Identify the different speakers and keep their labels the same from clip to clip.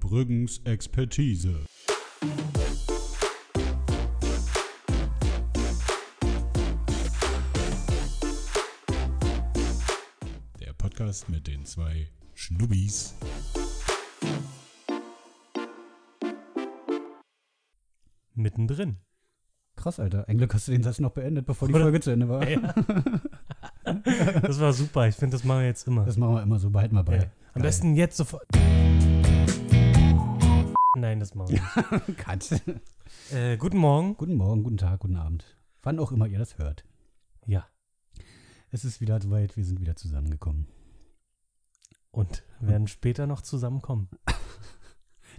Speaker 1: Brüggens Expertise. Der Podcast mit den zwei Schnubbis.
Speaker 2: Mittendrin.
Speaker 3: Krass, Alter. Ein Glück hast du den Satz noch beendet, bevor die
Speaker 2: Oder?
Speaker 3: Folge zu Ende war.
Speaker 2: Ja. das war super. Ich finde, das machen wir jetzt immer.
Speaker 3: Das machen wir immer so, behalten wir bei.
Speaker 2: ja. Am besten jetzt sofort. Nein, das machen wir
Speaker 3: Katz.
Speaker 2: nicht. Äh, guten Morgen.
Speaker 3: Guten Morgen, guten Tag, guten Abend. Wann auch immer ihr das hört.
Speaker 2: Ja.
Speaker 3: Es ist wieder soweit, wir sind wieder zusammengekommen.
Speaker 2: Und werden später noch zusammenkommen.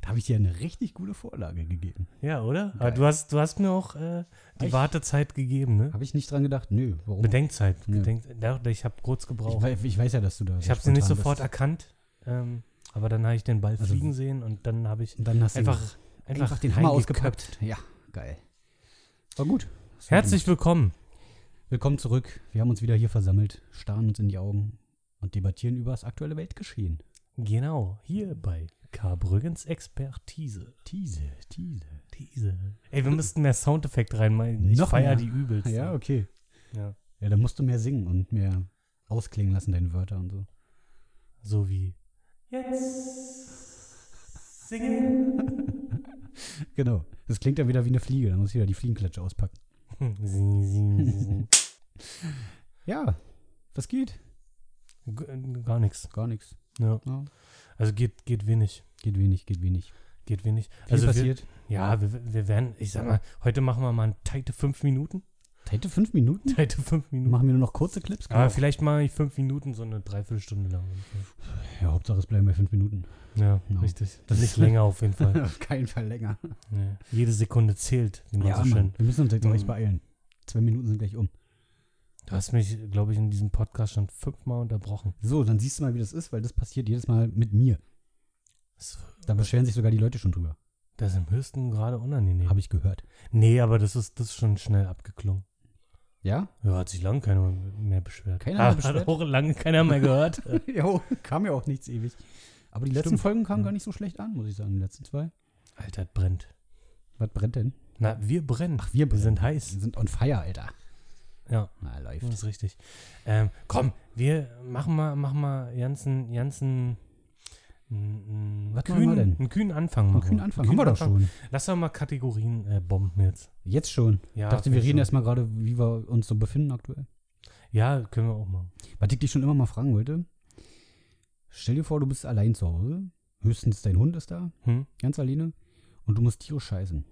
Speaker 3: Da habe ich dir eine richtig gute Vorlage gegeben.
Speaker 2: Ja, oder? Aber
Speaker 3: Geil.
Speaker 2: du hast, du hast mir auch äh, die
Speaker 3: Ich-
Speaker 2: Wartezeit gegeben, ne?
Speaker 3: Habe ich nicht dran gedacht? Nö, warum?
Speaker 2: Bedenkzeit.
Speaker 3: Nö.
Speaker 2: Bedenkzeit. Ja, Ich habe kurz
Speaker 3: Ich,
Speaker 2: gebraucht.
Speaker 3: wei- ich weiß ja, dass du da.
Speaker 2: Ich
Speaker 3: so
Speaker 2: habe sie nicht
Speaker 3: spontan
Speaker 2: sofort
Speaker 3: bist.
Speaker 2: erkannt. Ähm, aber dann habe ich den Ball
Speaker 3: Also-
Speaker 2: fliegen sehen und dann habe ich
Speaker 3: Und dann hast du
Speaker 2: einfach,
Speaker 3: einfach, den Hammer
Speaker 2: reingekackt.
Speaker 3: ausgepackt. Ja, geil. War gut. Hast du
Speaker 2: Herzlich willkommen.
Speaker 3: gemacht. willkommen zurück. Wir haben uns wieder hier versammelt, starren uns in die Augen und debattieren über das aktuelle Weltgeschehen.
Speaker 2: Genau, hier bei K. Brüggens Expertise.
Speaker 3: Tease, Tease.
Speaker 2: Diese. Ey, wir müssten mehr Soundeffekt reinmachen. Ich
Speaker 3: Noch
Speaker 2: feier
Speaker 3: mehr.
Speaker 2: die übelst.
Speaker 3: Ja, okay.
Speaker 2: Ja.
Speaker 3: Ja, dann musst du mehr singen und mehr ausklingen lassen, deine Wörter und so.
Speaker 2: So wie. Jetzt singen.
Speaker 3: Genau. Das klingt ja wieder wie eine Fliege. Dann muss ich wieder die Fliegenklatsche auspacken.
Speaker 2: Sing, sing, sing.
Speaker 3: Ja, was geht?
Speaker 2: G- Gar nichts.
Speaker 3: Gar nichts.
Speaker 2: Ja.
Speaker 3: Ja.
Speaker 2: Also geht, geht wenig.
Speaker 3: Geht wenig, geht wenig.
Speaker 2: Geht wenig.
Speaker 3: Viel
Speaker 2: Also wir,
Speaker 3: passiert.
Speaker 2: ja, wir, wir werden, ich sag mal, heute machen wir mal eine tighte fünf Minuten.
Speaker 3: Hätte fünf Minuten?
Speaker 2: Tighte fünf Minuten. Ah,
Speaker 3: Machen wir nur noch kurze Clips? Genau.
Speaker 2: Aber vielleicht mache ich fünf Minuten, so eine Dreiviertelstunde lang.
Speaker 3: Ja, Hauptsache es bleiben bei fünf Minuten.
Speaker 2: Ja,
Speaker 3: Genau.
Speaker 2: richtig.
Speaker 3: Das
Speaker 2: Nicht
Speaker 3: ist-
Speaker 2: länger auf jeden Fall.
Speaker 3: Auf keinen Fall länger.
Speaker 2: Nee. Jede Sekunde zählt, wie man so schön
Speaker 3: Mann, wir müssen uns jetzt
Speaker 2: Mhm.
Speaker 3: gleich beeilen. Zwei Minuten sind gleich um.
Speaker 2: Du hast mich, glaube ich, in diesem Podcast schon fünfmal unterbrochen.
Speaker 3: So, dann siehst du mal, wie das ist, weil das passiert jedes Mal mit mir.
Speaker 2: Das,
Speaker 3: Da beschweren sich sogar die Leute schon drüber.
Speaker 2: das ist im höchsten gerade unangenehm.
Speaker 3: Habe ich gehört.
Speaker 2: nee, aber das ist, das ist schon schnell abgeklungen.
Speaker 3: Ja?
Speaker 2: Ja, hat sich lange keiner mehr beschwert.
Speaker 3: Keiner mehr
Speaker 2: hat,
Speaker 3: beschwert?
Speaker 2: Hat auch lange keiner mehr gehört.
Speaker 3: jo, kam ja auch nichts ewig. Aber die letzten
Speaker 2: Stimmt.
Speaker 3: Folgen kamen
Speaker 2: Ja.
Speaker 3: gar nicht so schlecht an, muss ich sagen, die letzten zwei.
Speaker 2: Alter, das brennt.
Speaker 3: Was brennt denn?
Speaker 2: Na, wir brennen. Ach,
Speaker 3: wir brennen.
Speaker 2: sind
Speaker 3: Wir
Speaker 2: heiß.
Speaker 3: sind on fire, Alter.
Speaker 2: Ja,
Speaker 3: Na,
Speaker 2: das
Speaker 3: läuft.
Speaker 2: ist richtig. Ähm, komm, wir machen mal, machen mal ganzen, ganzen einen
Speaker 3: Was machen wir
Speaker 2: kühnen,
Speaker 3: denn?
Speaker 2: einen kühnen Anfang
Speaker 3: Einen
Speaker 2: machen.
Speaker 3: kühnen
Speaker 2: wir.
Speaker 3: Anfang
Speaker 2: Einen
Speaker 3: haben wir doch
Speaker 2: Anfang.
Speaker 3: schon.
Speaker 2: Lass doch mal Kategorien äh, bomben jetzt.
Speaker 3: Jetzt schon.
Speaker 2: Ja, also
Speaker 3: Ich dachte,
Speaker 2: find
Speaker 3: wir reden
Speaker 2: schon.
Speaker 3: erstmal gerade, wie wir uns so befinden aktuell.
Speaker 2: Ja, können wir auch machen.
Speaker 3: Was ich dich schon immer mal fragen wollte, stell dir vor, du bist allein zu Hause. Höchstens dein Hund ist da,
Speaker 2: Hm?
Speaker 3: ganz alleine. Und du musst tierisch scheißen.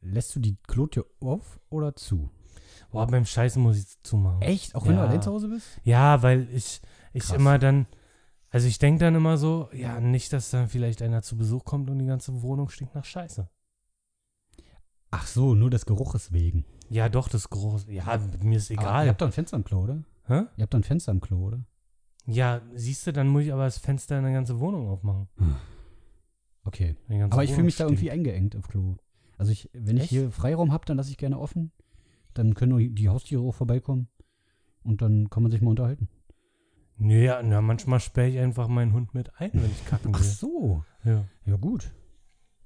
Speaker 3: Lässt du die Klotür auf oder zu?
Speaker 2: Boah, beim Scheißen muss ich zumachen.
Speaker 3: Echt? Auch wenn
Speaker 2: Ja.
Speaker 3: du allein zu Hause bist?
Speaker 2: Ja, weil ich, ich
Speaker 3: Krass.
Speaker 2: immer dann, also ich denke dann immer so, ja, nicht, dass dann vielleicht einer zu Besuch kommt und die ganze Wohnung stinkt nach Scheiße.
Speaker 3: Ach so, nur des Geruches wegen.
Speaker 2: Ja, doch, das groß. Ja, mir ist
Speaker 3: Aber
Speaker 2: egal.
Speaker 3: ihr habt doch ein Fenster im Klo, oder?
Speaker 2: Hä?
Speaker 3: Ihr habt doch ein Fenster im Klo, oder?
Speaker 2: Ja, siehst du, dann muss ich aber das Fenster in der ganzen Wohnung aufmachen.
Speaker 3: Okay.
Speaker 2: Die ganze
Speaker 3: Aber ich fühle
Speaker 2: Wohnung
Speaker 3: mich da irgendwie
Speaker 2: stinkt.
Speaker 3: eingeengt auf Klo. Also ich, wenn ich
Speaker 2: Echt?
Speaker 3: hier Freiraum habe, dann lasse ich gerne offen. Dann können nur die Haustiere auch vorbeikommen. Und dann kann man sich mal unterhalten.
Speaker 2: Nö, ja, na, manchmal sperre ich einfach meinen Hund mit ein, wenn ich kacken will.
Speaker 3: so.
Speaker 2: Ja.
Speaker 3: Ja gut.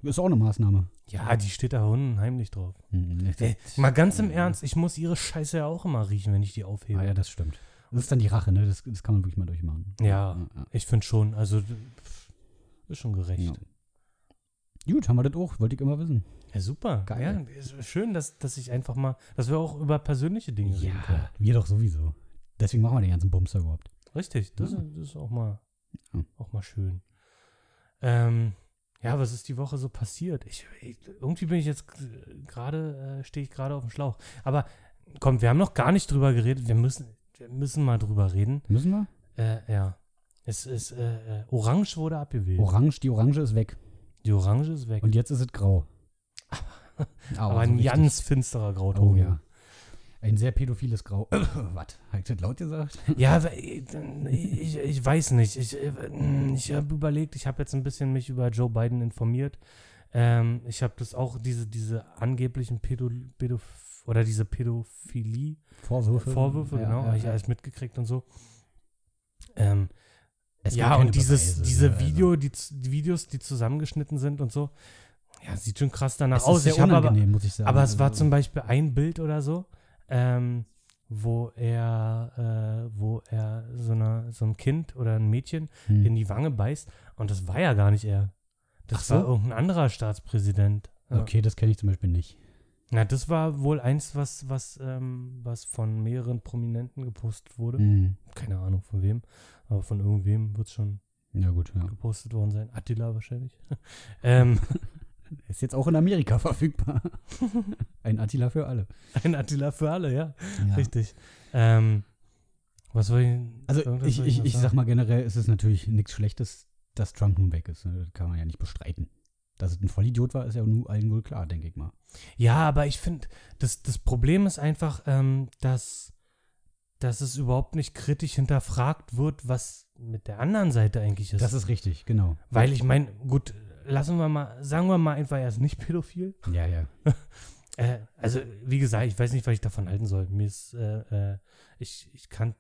Speaker 3: Ist auch eine Maßnahme.
Speaker 2: ja, die steht da unten heimlich drauf.
Speaker 3: Hm, ne,
Speaker 2: Ey, mal ganz im Ernst, ich muss ihre Scheiße ja auch immer riechen, wenn ich die aufhebe.
Speaker 3: Ah ja, das stimmt. Das ist dann die Rache, ne? Das, das kann man wirklich mal durchmachen.
Speaker 2: Ja,
Speaker 3: ja.
Speaker 2: ich finde schon, also pff, ist schon gerecht.
Speaker 3: Ja. Gut, haben wir das auch. Wollte ich immer wissen.
Speaker 2: Ja, super.
Speaker 3: Geil.
Speaker 2: Ja, ist schön, dass, dass ich einfach mal, dass wir auch über persönliche Dinge reden können.
Speaker 3: wir doch sowieso. Deswegen machen wir den ganzen Bums da überhaupt.
Speaker 2: Richtig, das,
Speaker 3: Ja.
Speaker 2: ist- das ist auch mal,
Speaker 3: Ja.
Speaker 2: auch mal schön. Ähm, ja, was ist die Woche so passiert? Ich, ich, irgendwie bin ich jetzt g- gerade, äh, stehe ich gerade auf dem Schlauch. Aber komm, wir haben noch gar nicht drüber geredet. Wir müssen, wir müssen mal drüber reden.
Speaker 3: Müssen wir?
Speaker 2: Äh, ja. Es ist, äh, äh, Orange wurde abgewählt.
Speaker 3: Orange, die Orange ist weg.
Speaker 2: Die Orange ist weg.
Speaker 3: Und jetzt ist es grau.
Speaker 2: aber
Speaker 3: so
Speaker 2: ein
Speaker 3: richtig.
Speaker 2: ganz finsterer Grauton.
Speaker 3: Oh ja. Ein sehr pädophiles Grau. Was? Habe ich das laut gesagt?
Speaker 2: Ja, we- ich, ich weiß nicht. Ich, äh, hm, ich habe überlegt, ich habe jetzt ein bisschen mich über Joe Biden informiert. Ähm, ich habe das auch, diese, diese angeblichen Pädo, Pädo, oder diese Pädophilie-Vorwürfe,
Speaker 3: Vorwürfe.
Speaker 2: genau,
Speaker 3: Ja,
Speaker 2: habe ich
Speaker 3: ja.
Speaker 2: alles mitgekriegt und so. Ähm,
Speaker 3: Es gibt
Speaker 2: ja,
Speaker 3: keine
Speaker 2: und dieses,
Speaker 3: Beweise,
Speaker 2: diese
Speaker 3: ne, also.
Speaker 2: Video, die, z- die Videos, die zusammengeschnitten sind und so, ja, sieht schon krass danach
Speaker 3: Es
Speaker 2: aus.
Speaker 3: ist sehr
Speaker 2: ich hab aber,
Speaker 3: unangenehm, muss ich sagen.
Speaker 2: aber es war
Speaker 3: Also,
Speaker 2: zum Beispiel ein Bild oder so, ähm, wo er, äh, wo er so, eine, so ein Kind oder ein Mädchen
Speaker 3: hm.
Speaker 2: in die Wange beißt und das war ja gar nicht er. Das
Speaker 3: Ach so.
Speaker 2: war irgendein anderer Staatspräsident. Ja.
Speaker 3: Okay, das kenne ich zum Beispiel nicht.
Speaker 2: Na, das war wohl eins, was, was, ähm, was von mehreren Prominenten gepostet wurde.
Speaker 3: Hm.
Speaker 2: Keine Ahnung von wem, aber von irgendwem wird es schon
Speaker 3: Hm. Ja, gut, ja.
Speaker 2: gepostet worden sein. Attila wahrscheinlich. ähm,
Speaker 3: Ist jetzt auch in Amerika verfügbar. Ein Attila für alle.
Speaker 2: ein Attila für alle, ja.
Speaker 3: Ja.
Speaker 2: Richtig. Ähm, was soll ich.
Speaker 3: Also
Speaker 2: irgendwas
Speaker 3: ich,
Speaker 2: soll
Speaker 3: ich,
Speaker 2: noch
Speaker 3: ich sag
Speaker 2: sagen?
Speaker 3: mal generell, ist es ist natürlich nichts Schlechtes, dass Trump nun weg ist. ne? Das kann man ja nicht bestreiten. Dass es ein Vollidiot war, ist ja nun allen wohl klar, denke ich mal.
Speaker 2: Ja, aber ich finde, das, das Problem ist einfach, ähm, dass, dass es überhaupt nicht kritisch hinterfragt wird, was mit der anderen Seite eigentlich ist.
Speaker 3: Das ist richtig, genau.
Speaker 2: Weil ich meine, gut, lassen wir mal, sagen wir mal einfach, er ist nicht pädophil.
Speaker 3: Ja, ja.
Speaker 2: Äh, also, wie gesagt, ich weiß nicht, was ich davon halten soll. Mir ist, äh, äh, ich, ich kann,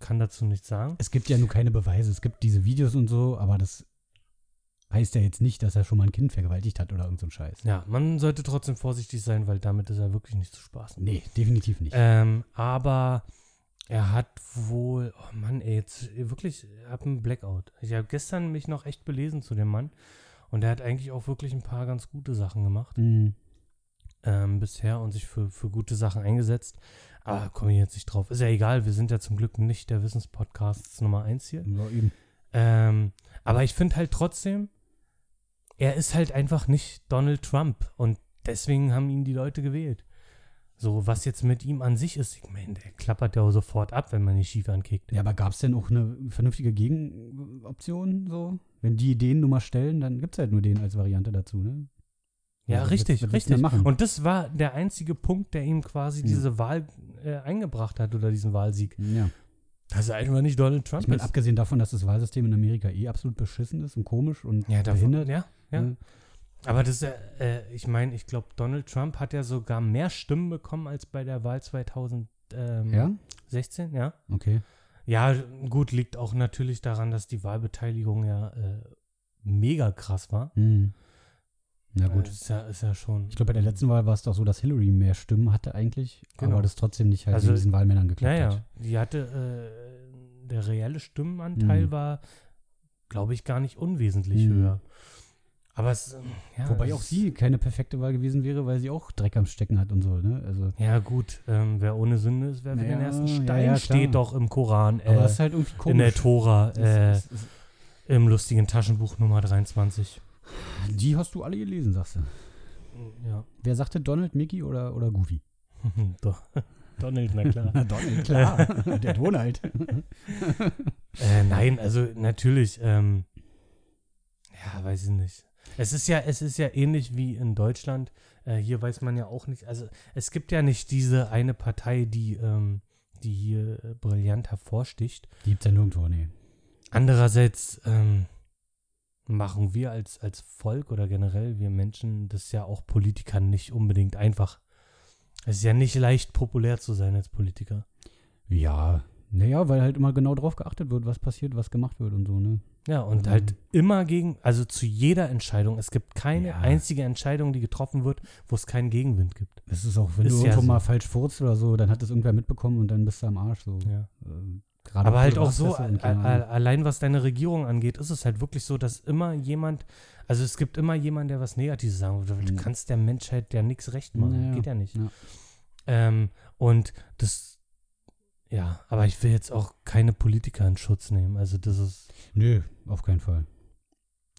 Speaker 2: kann dazu nichts sagen.
Speaker 3: Es gibt ja nur keine Beweise. Es gibt diese Videos und so, aber das heißt ja jetzt nicht, dass er schon mal ein Kind vergewaltigt hat oder irgend so ein Scheiß.
Speaker 2: Ja, man sollte trotzdem vorsichtig sein, weil damit ist er wirklich nicht zu spaßen.
Speaker 3: Nee, definitiv nicht.
Speaker 2: Ähm, aber er hat wohl, oh Mann, ey, jetzt wirklich, ich hab einen Blackout. Ich habe gestern mich noch echt belesen zu dem Mann und er hat eigentlich auch wirklich ein paar ganz gute Sachen gemacht
Speaker 3: Hm.
Speaker 2: ähm, bisher und sich für, für gute Sachen eingesetzt. Aber komme ich jetzt nicht drauf. Ist ja egal, wir sind ja zum Glück nicht der Wissenspodcast Nummer 1 hier.
Speaker 3: So eben.
Speaker 2: Ähm, aber ich finde halt trotzdem, er ist halt einfach nicht Donald Trump und deswegen haben ihn die Leute gewählt. So, was jetzt mit ihm an sich ist, ich meine, der klappert ja auch sofort ab, wenn man ihn schief ankickt.
Speaker 3: Ja, aber gab es denn auch eine vernünftige Gegenoption so? Wenn die den nur mal stellen, dann gibt es halt nur den als Variante dazu, ne?
Speaker 2: Ja,
Speaker 3: Also,
Speaker 2: richtig,
Speaker 3: was- was willst du
Speaker 2: richtig.
Speaker 3: denn Machen.
Speaker 2: Und das war der einzige Punkt, der ihm quasi
Speaker 3: Ja.
Speaker 2: diese Wahl äh, eingebracht hat oder diesen Wahlsieg.
Speaker 3: ja.
Speaker 2: Dass er einfach nicht Donald Trump
Speaker 3: Ich meine,
Speaker 2: ist.
Speaker 3: abgesehen davon, dass das Wahlsystem in Amerika eh absolut beschissen ist und komisch und
Speaker 2: Ja, davon,
Speaker 3: behindert.
Speaker 2: ja, ja.
Speaker 3: ne?
Speaker 2: Aber das, äh, äh, ich meine, ich glaube, Donald Trump hat ja sogar mehr Stimmen bekommen als bei der Wahl 2016, ähm,
Speaker 3: Ja?
Speaker 2: 16, ja.
Speaker 3: Okay.
Speaker 2: Ja, gut, liegt auch natürlich daran, dass die Wahlbeteiligung ja äh, mega krass war.
Speaker 3: Hm. Na
Speaker 2: Äh,
Speaker 3: gut.
Speaker 2: Ist ja, ist ja schon.
Speaker 3: Ich glaube, bei der letzten Wahl war es doch so, dass Hillary mehr Stimmen hatte eigentlich,
Speaker 2: Genau.
Speaker 3: aber das trotzdem nicht halt
Speaker 2: Also-
Speaker 3: also, diesen Wahlmännern geklappt
Speaker 2: Naja,
Speaker 3: hat.
Speaker 2: die hatte, äh, der reelle Stimmenanteil
Speaker 3: Mhm.
Speaker 2: war, glaube ich, gar nicht unwesentlich
Speaker 3: Mhm.
Speaker 2: höher. Aber es, ähm, ja.
Speaker 3: Wobei
Speaker 2: es-
Speaker 3: auch sie keine perfekte Wahl gewesen wäre, weil sie auch Dreck am Stecken hat und so, ne? Also,
Speaker 2: Ja, gut, ähm, wer ohne Sünde ist, wer für den
Speaker 3: Ja,
Speaker 2: ersten
Speaker 3: ja,
Speaker 2: Stein
Speaker 3: ja,
Speaker 2: steht
Speaker 3: klar.
Speaker 2: doch im Koran,
Speaker 3: aber
Speaker 2: äh,
Speaker 3: es ist halt irgendwie komisch.
Speaker 2: in der Tora, äh,
Speaker 3: Es- es- es-
Speaker 2: im lustigen Taschenbuch Nummer 23.
Speaker 3: die hast du alle gelesen, sagst du.
Speaker 2: Ja,
Speaker 3: Wer sagte Donald, Mickey oder, oder Goofy?
Speaker 2: doch. Donald, na klar.
Speaker 3: Na, Donald, klar. der halt. Donald.
Speaker 2: Äh, nein, also natürlich, ähm, ja, weiß ich nicht. Es ist ja, es ist ja ähnlich wie in Deutschland. Äh, hier weiß man ja auch nicht, also es gibt ja nicht diese eine Partei, die, ähm, die hier äh, brillant hervorsticht.
Speaker 3: Die gibt's ja nirgendwo, nee.
Speaker 2: Andererseits ähm, machen wir als, als Volk oder generell wir Menschen das ja auch Politikern nicht unbedingt einfach. Es ist ja nicht leicht, populär zu sein als Politiker.
Speaker 3: Ja, naja, weil halt immer genau drauf geachtet wird, was passiert, was gemacht wird und so, ne?
Speaker 2: Ja, und
Speaker 3: Mhm.
Speaker 2: halt immer gegen, also zu jeder Entscheidung. Es gibt keine
Speaker 3: Ja.
Speaker 2: einzige Entscheidung, die getroffen wird, wo es keinen Gegenwind gibt.
Speaker 3: Das ist auch, wenn
Speaker 2: Ist
Speaker 3: du
Speaker 2: ja
Speaker 3: irgendwo
Speaker 2: so.
Speaker 3: mal falsch furzt oder so, dann hat das irgendwer mitbekommen und dann bist du am Arsch so.
Speaker 2: Ja.
Speaker 3: Ähm, gerade
Speaker 2: Aber
Speaker 3: auf
Speaker 2: halt
Speaker 3: Twitter
Speaker 2: auch so,
Speaker 3: Presse und genau.
Speaker 2: a-
Speaker 3: keine
Speaker 2: a-
Speaker 3: Ahnung.
Speaker 2: allein was deine Regierung angeht, ist es halt wirklich so, dass immer jemand, also es gibt immer jemanden, der was Negatives sagen würde. Du
Speaker 3: Mhm.
Speaker 2: kannst der Menschheit ja nichts recht machen.
Speaker 3: Naja.
Speaker 2: Geht ja nicht.
Speaker 3: Ja.
Speaker 2: Ähm, und das, ja, aber ich will jetzt auch keine Politiker in Schutz nehmen. Also das ist,
Speaker 3: Nö, auf keinen Fall.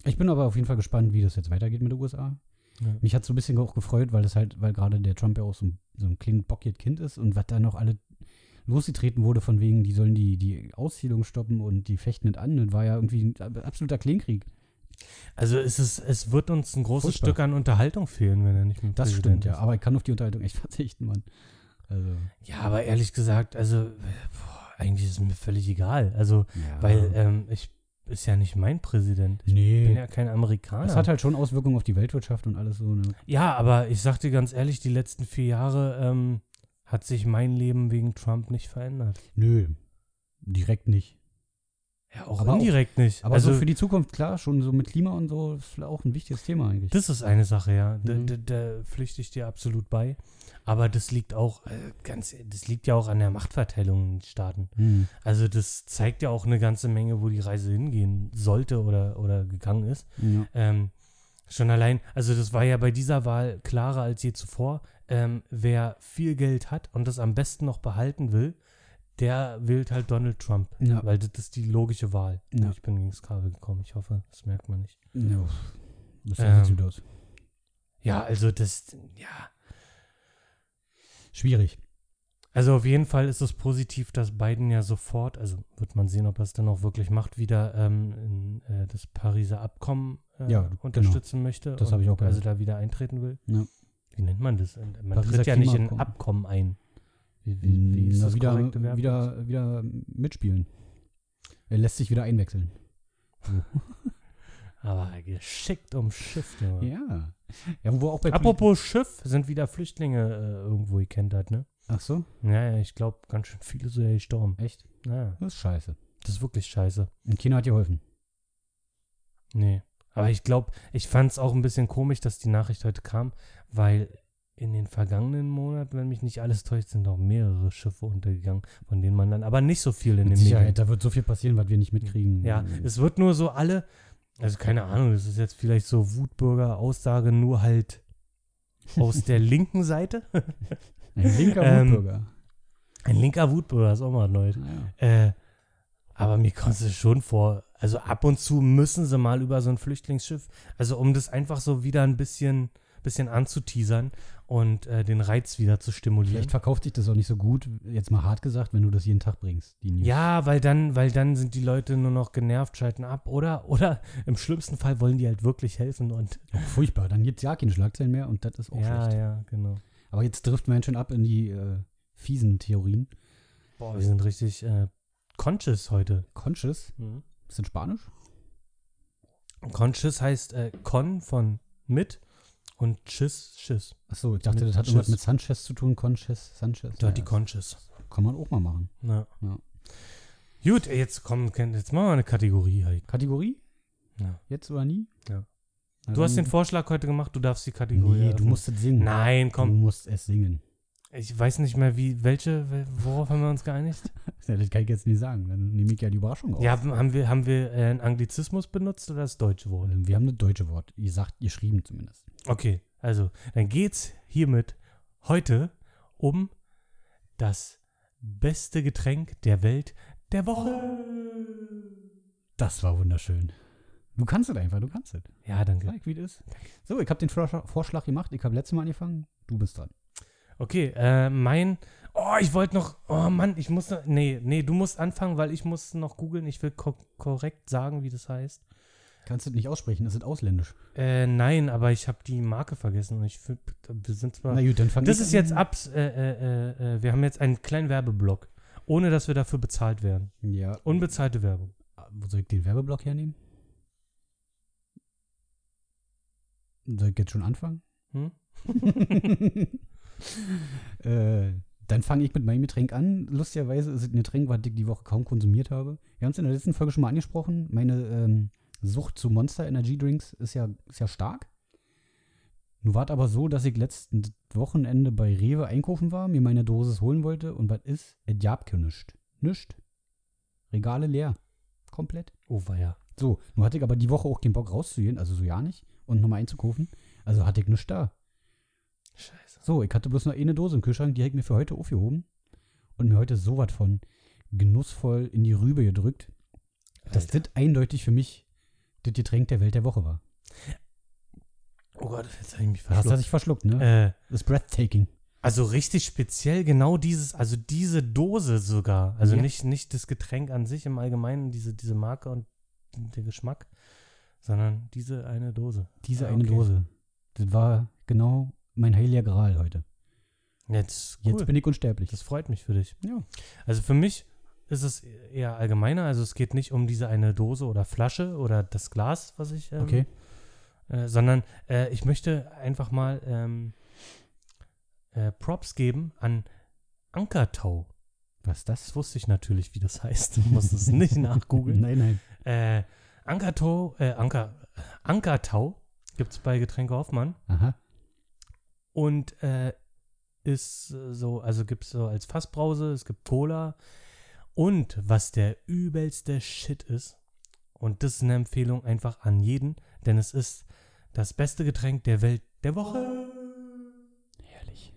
Speaker 3: Ich bin aber auf jeden Fall gespannt, wie das jetzt weitergeht mit den USA.
Speaker 2: Ja.
Speaker 3: Mich hat so ein bisschen auch gefreut, weil das halt, weil gerade der Trump ja auch so ein, so ein kleines bockiges Kind ist und was da noch alle losgetreten wurde von wegen, die sollen die, die Aussiedlung stoppen und die fechten nicht an. Das war ja irgendwie ein absoluter Kleinkrieg.
Speaker 2: also es ist, es wird uns ein großes
Speaker 3: Furchtbar.
Speaker 2: Stück an Unterhaltung fehlen, wenn er nicht mit
Speaker 3: Das
Speaker 2: Präsident
Speaker 3: stimmt, ja.
Speaker 2: ist.
Speaker 3: Aber ich kann auf die Unterhaltung echt verzichten, Mann. Also,
Speaker 2: Ja, aber ehrlich gesagt, also äh, boah, eigentlich ist es mir völlig egal. Also, weil
Speaker 3: äh,
Speaker 2: ähm, ich ist ja nicht mein Präsident. Ich bin
Speaker 3: nee.
Speaker 2: ja kein Amerikaner.
Speaker 3: Das hat halt schon Auswirkungen auf die Weltwirtschaft und alles so. Ne?
Speaker 2: ja, aber ich sag dir ganz ehrlich, die letzten vier Jahre ähm, hat sich mein Leben wegen Trump nicht verändert.
Speaker 3: Nö, direkt nicht.
Speaker 2: Ja, auch
Speaker 3: Aber auch-
Speaker 2: indirekt nicht.
Speaker 3: Aber
Speaker 2: also,
Speaker 3: so für die Zukunft, klar, schon so mit Klima und so, ist auch ein wichtiges Thema eigentlich.
Speaker 2: das ist eine Sache, ja. Da,
Speaker 3: Mhm.
Speaker 2: da, da pflichte ich dir absolut bei. Aber das liegt auch, äh, ganz, das liegt ja auch an der Machtverteilung in den Staaten.
Speaker 3: Hm.
Speaker 2: Also das zeigt ja auch eine ganze Menge, wo die Reise hingehen sollte oder, oder gegangen ist.
Speaker 3: Ja.
Speaker 2: Ähm, schon allein, also das war ja bei dieser Wahl klarer als je zuvor. Ähm, wer viel Geld hat und das am besten noch behalten will, der wählt halt Donald Trump.
Speaker 3: Ja.
Speaker 2: Weil das ist die logische Wahl.
Speaker 3: Ja.
Speaker 2: Ich bin gegen das Kabel gekommen, ich hoffe, das merkt man nicht.
Speaker 3: ja. uff. Das sieht jetzt
Speaker 2: Ähm.
Speaker 3: gut aus.
Speaker 2: Ja, also das, ja.
Speaker 3: Schwierig.
Speaker 2: Also auf jeden Fall ist es positiv, dass Biden ja sofort, also wird man sehen, ob er es dann auch wirklich macht, wieder ähm, in, äh, das Pariser Abkommen äh,
Speaker 3: Ja, genau.
Speaker 2: unterstützen möchte.
Speaker 3: Das
Speaker 2: und
Speaker 3: habe ich auch gehört.
Speaker 2: Also da wieder eintreten will.
Speaker 3: Ja.
Speaker 2: Wie nennt man das? Man
Speaker 3: Pariser
Speaker 2: tritt ja nicht in ein Abkommen
Speaker 3: Klimaabkommen.
Speaker 2: ein. Wie,
Speaker 3: Na,
Speaker 2: korrekte
Speaker 3: wieder,
Speaker 2: Verb?
Speaker 3: wieder, wieder mitspielen. Er lässt sich wieder einwechseln.
Speaker 2: Aber geschickt um Schiff, Junge.
Speaker 3: Ja. Ja, wo auch bei.
Speaker 2: Apropos Schiff, sind wieder Flüchtlinge äh, irgendwo gekentert, ne?
Speaker 3: Ach so,
Speaker 2: Naja, ich glaube, ganz schön viele sind ja gestorben.
Speaker 3: echt?
Speaker 2: Naja,
Speaker 3: Das ist scheiße.
Speaker 2: das ist wirklich scheiße.
Speaker 3: Und China hat geholfen.
Speaker 2: Nee. Aber ich glaube, ich fand es auch ein bisschen komisch, dass die Nachricht heute kam, weil in den vergangenen Monaten, wenn mich nicht alles täuscht, sind auch mehrere Schiffe untergegangen, von denen man dann aber nicht so viel in
Speaker 3: Mit
Speaker 2: den
Speaker 3: Sicherheit,
Speaker 2: Medien.
Speaker 3: da wird so viel passieren, was wir nicht mitkriegen.
Speaker 2: Ja, es wird nur so alle, also keine Ahnung, das ist jetzt vielleicht so Wutbürger-Aussage, nur halt aus der linken Seite.
Speaker 3: Ein linker
Speaker 2: ähm,
Speaker 3: Wutbürger.
Speaker 2: Ein linker Wutbürger ist auch mal neu.
Speaker 3: Ja.
Speaker 2: Äh, aber mir kommt es schon vor. Also ab und zu müssen sie mal über so ein Flüchtlingsschiff, also um das einfach so wieder ein bisschen, bisschen anzuteasern und äh, den Reiz wieder zu stimulieren.
Speaker 3: Vielleicht verkauft sich das auch nicht so gut, jetzt mal hart gesagt, wenn du das jeden Tag bringst, die News.
Speaker 2: Ja, weil dann, weil dann sind die Leute nur noch genervt, schalten ab, oder? Oder im schlimmsten Fall wollen die halt wirklich helfen und
Speaker 3: Auch furchtbar, dann gibt es ja keine Schlagzeilen mehr und das ist auch
Speaker 2: ja,
Speaker 3: schlecht.
Speaker 2: ja, genau.
Speaker 3: Aber jetzt driften wir ganz schön ab in die äh, fiesen Theorien.
Speaker 2: Boah, wir sind richtig äh, conscious heute.
Speaker 3: Conscious, ist das Spanisch?
Speaker 2: Conscious heißt äh, con von mit und chiss, chiss.
Speaker 3: Achso, ich dachte,
Speaker 2: Mit
Speaker 3: das hat
Speaker 2: Schiss.
Speaker 3: irgendwas mit Sanchez zu tun, Conscious, Sanchez.
Speaker 2: Dirty
Speaker 3: ja,
Speaker 2: conscious.
Speaker 3: das kann man auch mal machen.
Speaker 2: Ja.
Speaker 3: Ja.
Speaker 2: Gut, jetzt kommen, jetzt machen wir eine Kategorie halt.
Speaker 3: Kategorie?
Speaker 2: Ja.
Speaker 3: Jetzt oder nie?
Speaker 2: Ja.
Speaker 3: Na,
Speaker 2: Du hast
Speaker 3: dann-
Speaker 2: den Vorschlag heute gemacht, du darfst die Kategorie.
Speaker 3: Ähm. Nee, du
Speaker 2: eröffnen.
Speaker 3: musst es singen.
Speaker 2: Nein,
Speaker 3: Du
Speaker 2: komm.
Speaker 3: musst es singen.
Speaker 2: Ich weiß nicht mehr, wie, welche, wel- worauf haben wir uns geeinigt?
Speaker 3: Ja, das kann ich jetzt nicht sagen. Dann nehme ich ja die Überraschung auf.
Speaker 2: Ja, haben- haben wir, haben wir äh, einen Anglizismus benutzt oder das deutsche Wort?
Speaker 3: Ähm, Wir haben das deutsche Wort. Ihr sagt, ihr schrieben zumindest.
Speaker 2: Okay, also, dann geht's hiermit heute um das beste Getränk der Welt der
Speaker 3: Oh.
Speaker 2: Woche.
Speaker 3: Das war wunderschön. Du kannst es einfach, du kannst es.
Speaker 2: Ja, danke.
Speaker 3: Like, wie das ist. So, ich habe den Vorschlag Vorschlag gemacht. Ich habe letztes Mal angefangen. Du bist dran.
Speaker 2: Okay, äh, mein. Oh, ich wollte noch. Oh Mann, ich muss noch. Nee, nee, du musst anfangen, weil ich muss noch googeln. Ich will ko korrekt sagen, wie das heißt.
Speaker 3: Kannst du das nicht aussprechen, das ist ausländisch.
Speaker 2: Äh, nein, aber ich habe die Marke vergessen und ich. fi- Wir sind zwar.
Speaker 3: Na gut, dann fang
Speaker 2: das
Speaker 3: ich
Speaker 2: ist
Speaker 3: an.
Speaker 2: jetzt abs. Äh, äh, äh, äh, wir haben jetzt einen kleinen Werbeblock. Ohne dass wir dafür bezahlt werden.
Speaker 3: Ja.
Speaker 2: Unbezahlte Werbung.
Speaker 3: Wo soll ich den Werbeblock hernehmen? Soll ich jetzt schon anfangen?
Speaker 2: Hm?
Speaker 3: äh, dann fange ich mit meinem Getränk an. Lustigerweise ist es ein Getränk, was ich die Woche kaum konsumiert habe. Wir haben es in der letzten Folge schon mal angesprochen. Meine ähm, Sucht zu Monster Energy Drinks ist ja, ist ja stark. Nun war es aber so, dass ich letzten Wochenende bei Rewe einkaufen war, mir meine Dosis holen wollte und was ist? Es gab nischt. Nischt. Regale leer. Komplett.
Speaker 2: Oh, war ja.
Speaker 3: So, nun hatte ich aber die Woche auch keinen Bock rauszugehen, also so ja nicht, und nochmal einzukaufen. Also hatte ich nichts da.
Speaker 2: Scheiße.
Speaker 3: So, ich hatte bloß noch eine Dose im Kühlschrank, die hätte ich mir für heute aufgehoben und mir heute so was von genussvoll in die Rübe gedrückt, dass
Speaker 2: Alter.
Speaker 3: das eindeutig für mich das Getränk der Welt der Woche war.
Speaker 2: Oh Gott, jetzt habe ich mich
Speaker 3: Hast du
Speaker 2: verschluckt.
Speaker 3: dich verschluckt,
Speaker 2: Äh,
Speaker 3: ne? Das ist breathtaking.
Speaker 2: Also richtig speziell genau dieses, also diese Dose sogar. Also
Speaker 3: Ja.
Speaker 2: nicht, nicht das Getränk an sich im Allgemeinen, diese, diese Marke und der Geschmack, sondern diese eine Dose.
Speaker 3: Diese
Speaker 2: Ah,
Speaker 3: eine
Speaker 2: okay.
Speaker 3: Dose. Das war genau mein heiliger Gral heute.
Speaker 2: Jetzt, cool.
Speaker 3: Jetzt bin ich unsterblich.
Speaker 2: das freut mich für dich.
Speaker 3: ja.
Speaker 2: Also für mich ist es eher allgemeiner. Also es geht nicht um diese eine Dose oder Flasche oder das Glas, was ich, ähm,
Speaker 3: Okay.
Speaker 2: äh, sondern äh, ich möchte einfach mal ähm, äh, Props geben an Ankertau.
Speaker 3: Was ist das?
Speaker 2: Das wusste ich natürlich, wie das heißt. Du musst es nicht nachgoogeln.
Speaker 3: Nein, nein.
Speaker 2: Äh, Ankertau, äh, Anker, Ankertau gibt es bei Getränke Hoffmann.
Speaker 3: Aha.
Speaker 2: Und äh, ist äh, so, also gibt es so als Fassbrause, es gibt Cola. Und was der übelste Shit ist, und das ist eine Empfehlung einfach an jeden, denn es ist das beste Getränk der Welt der Woche.
Speaker 3: Herrlich.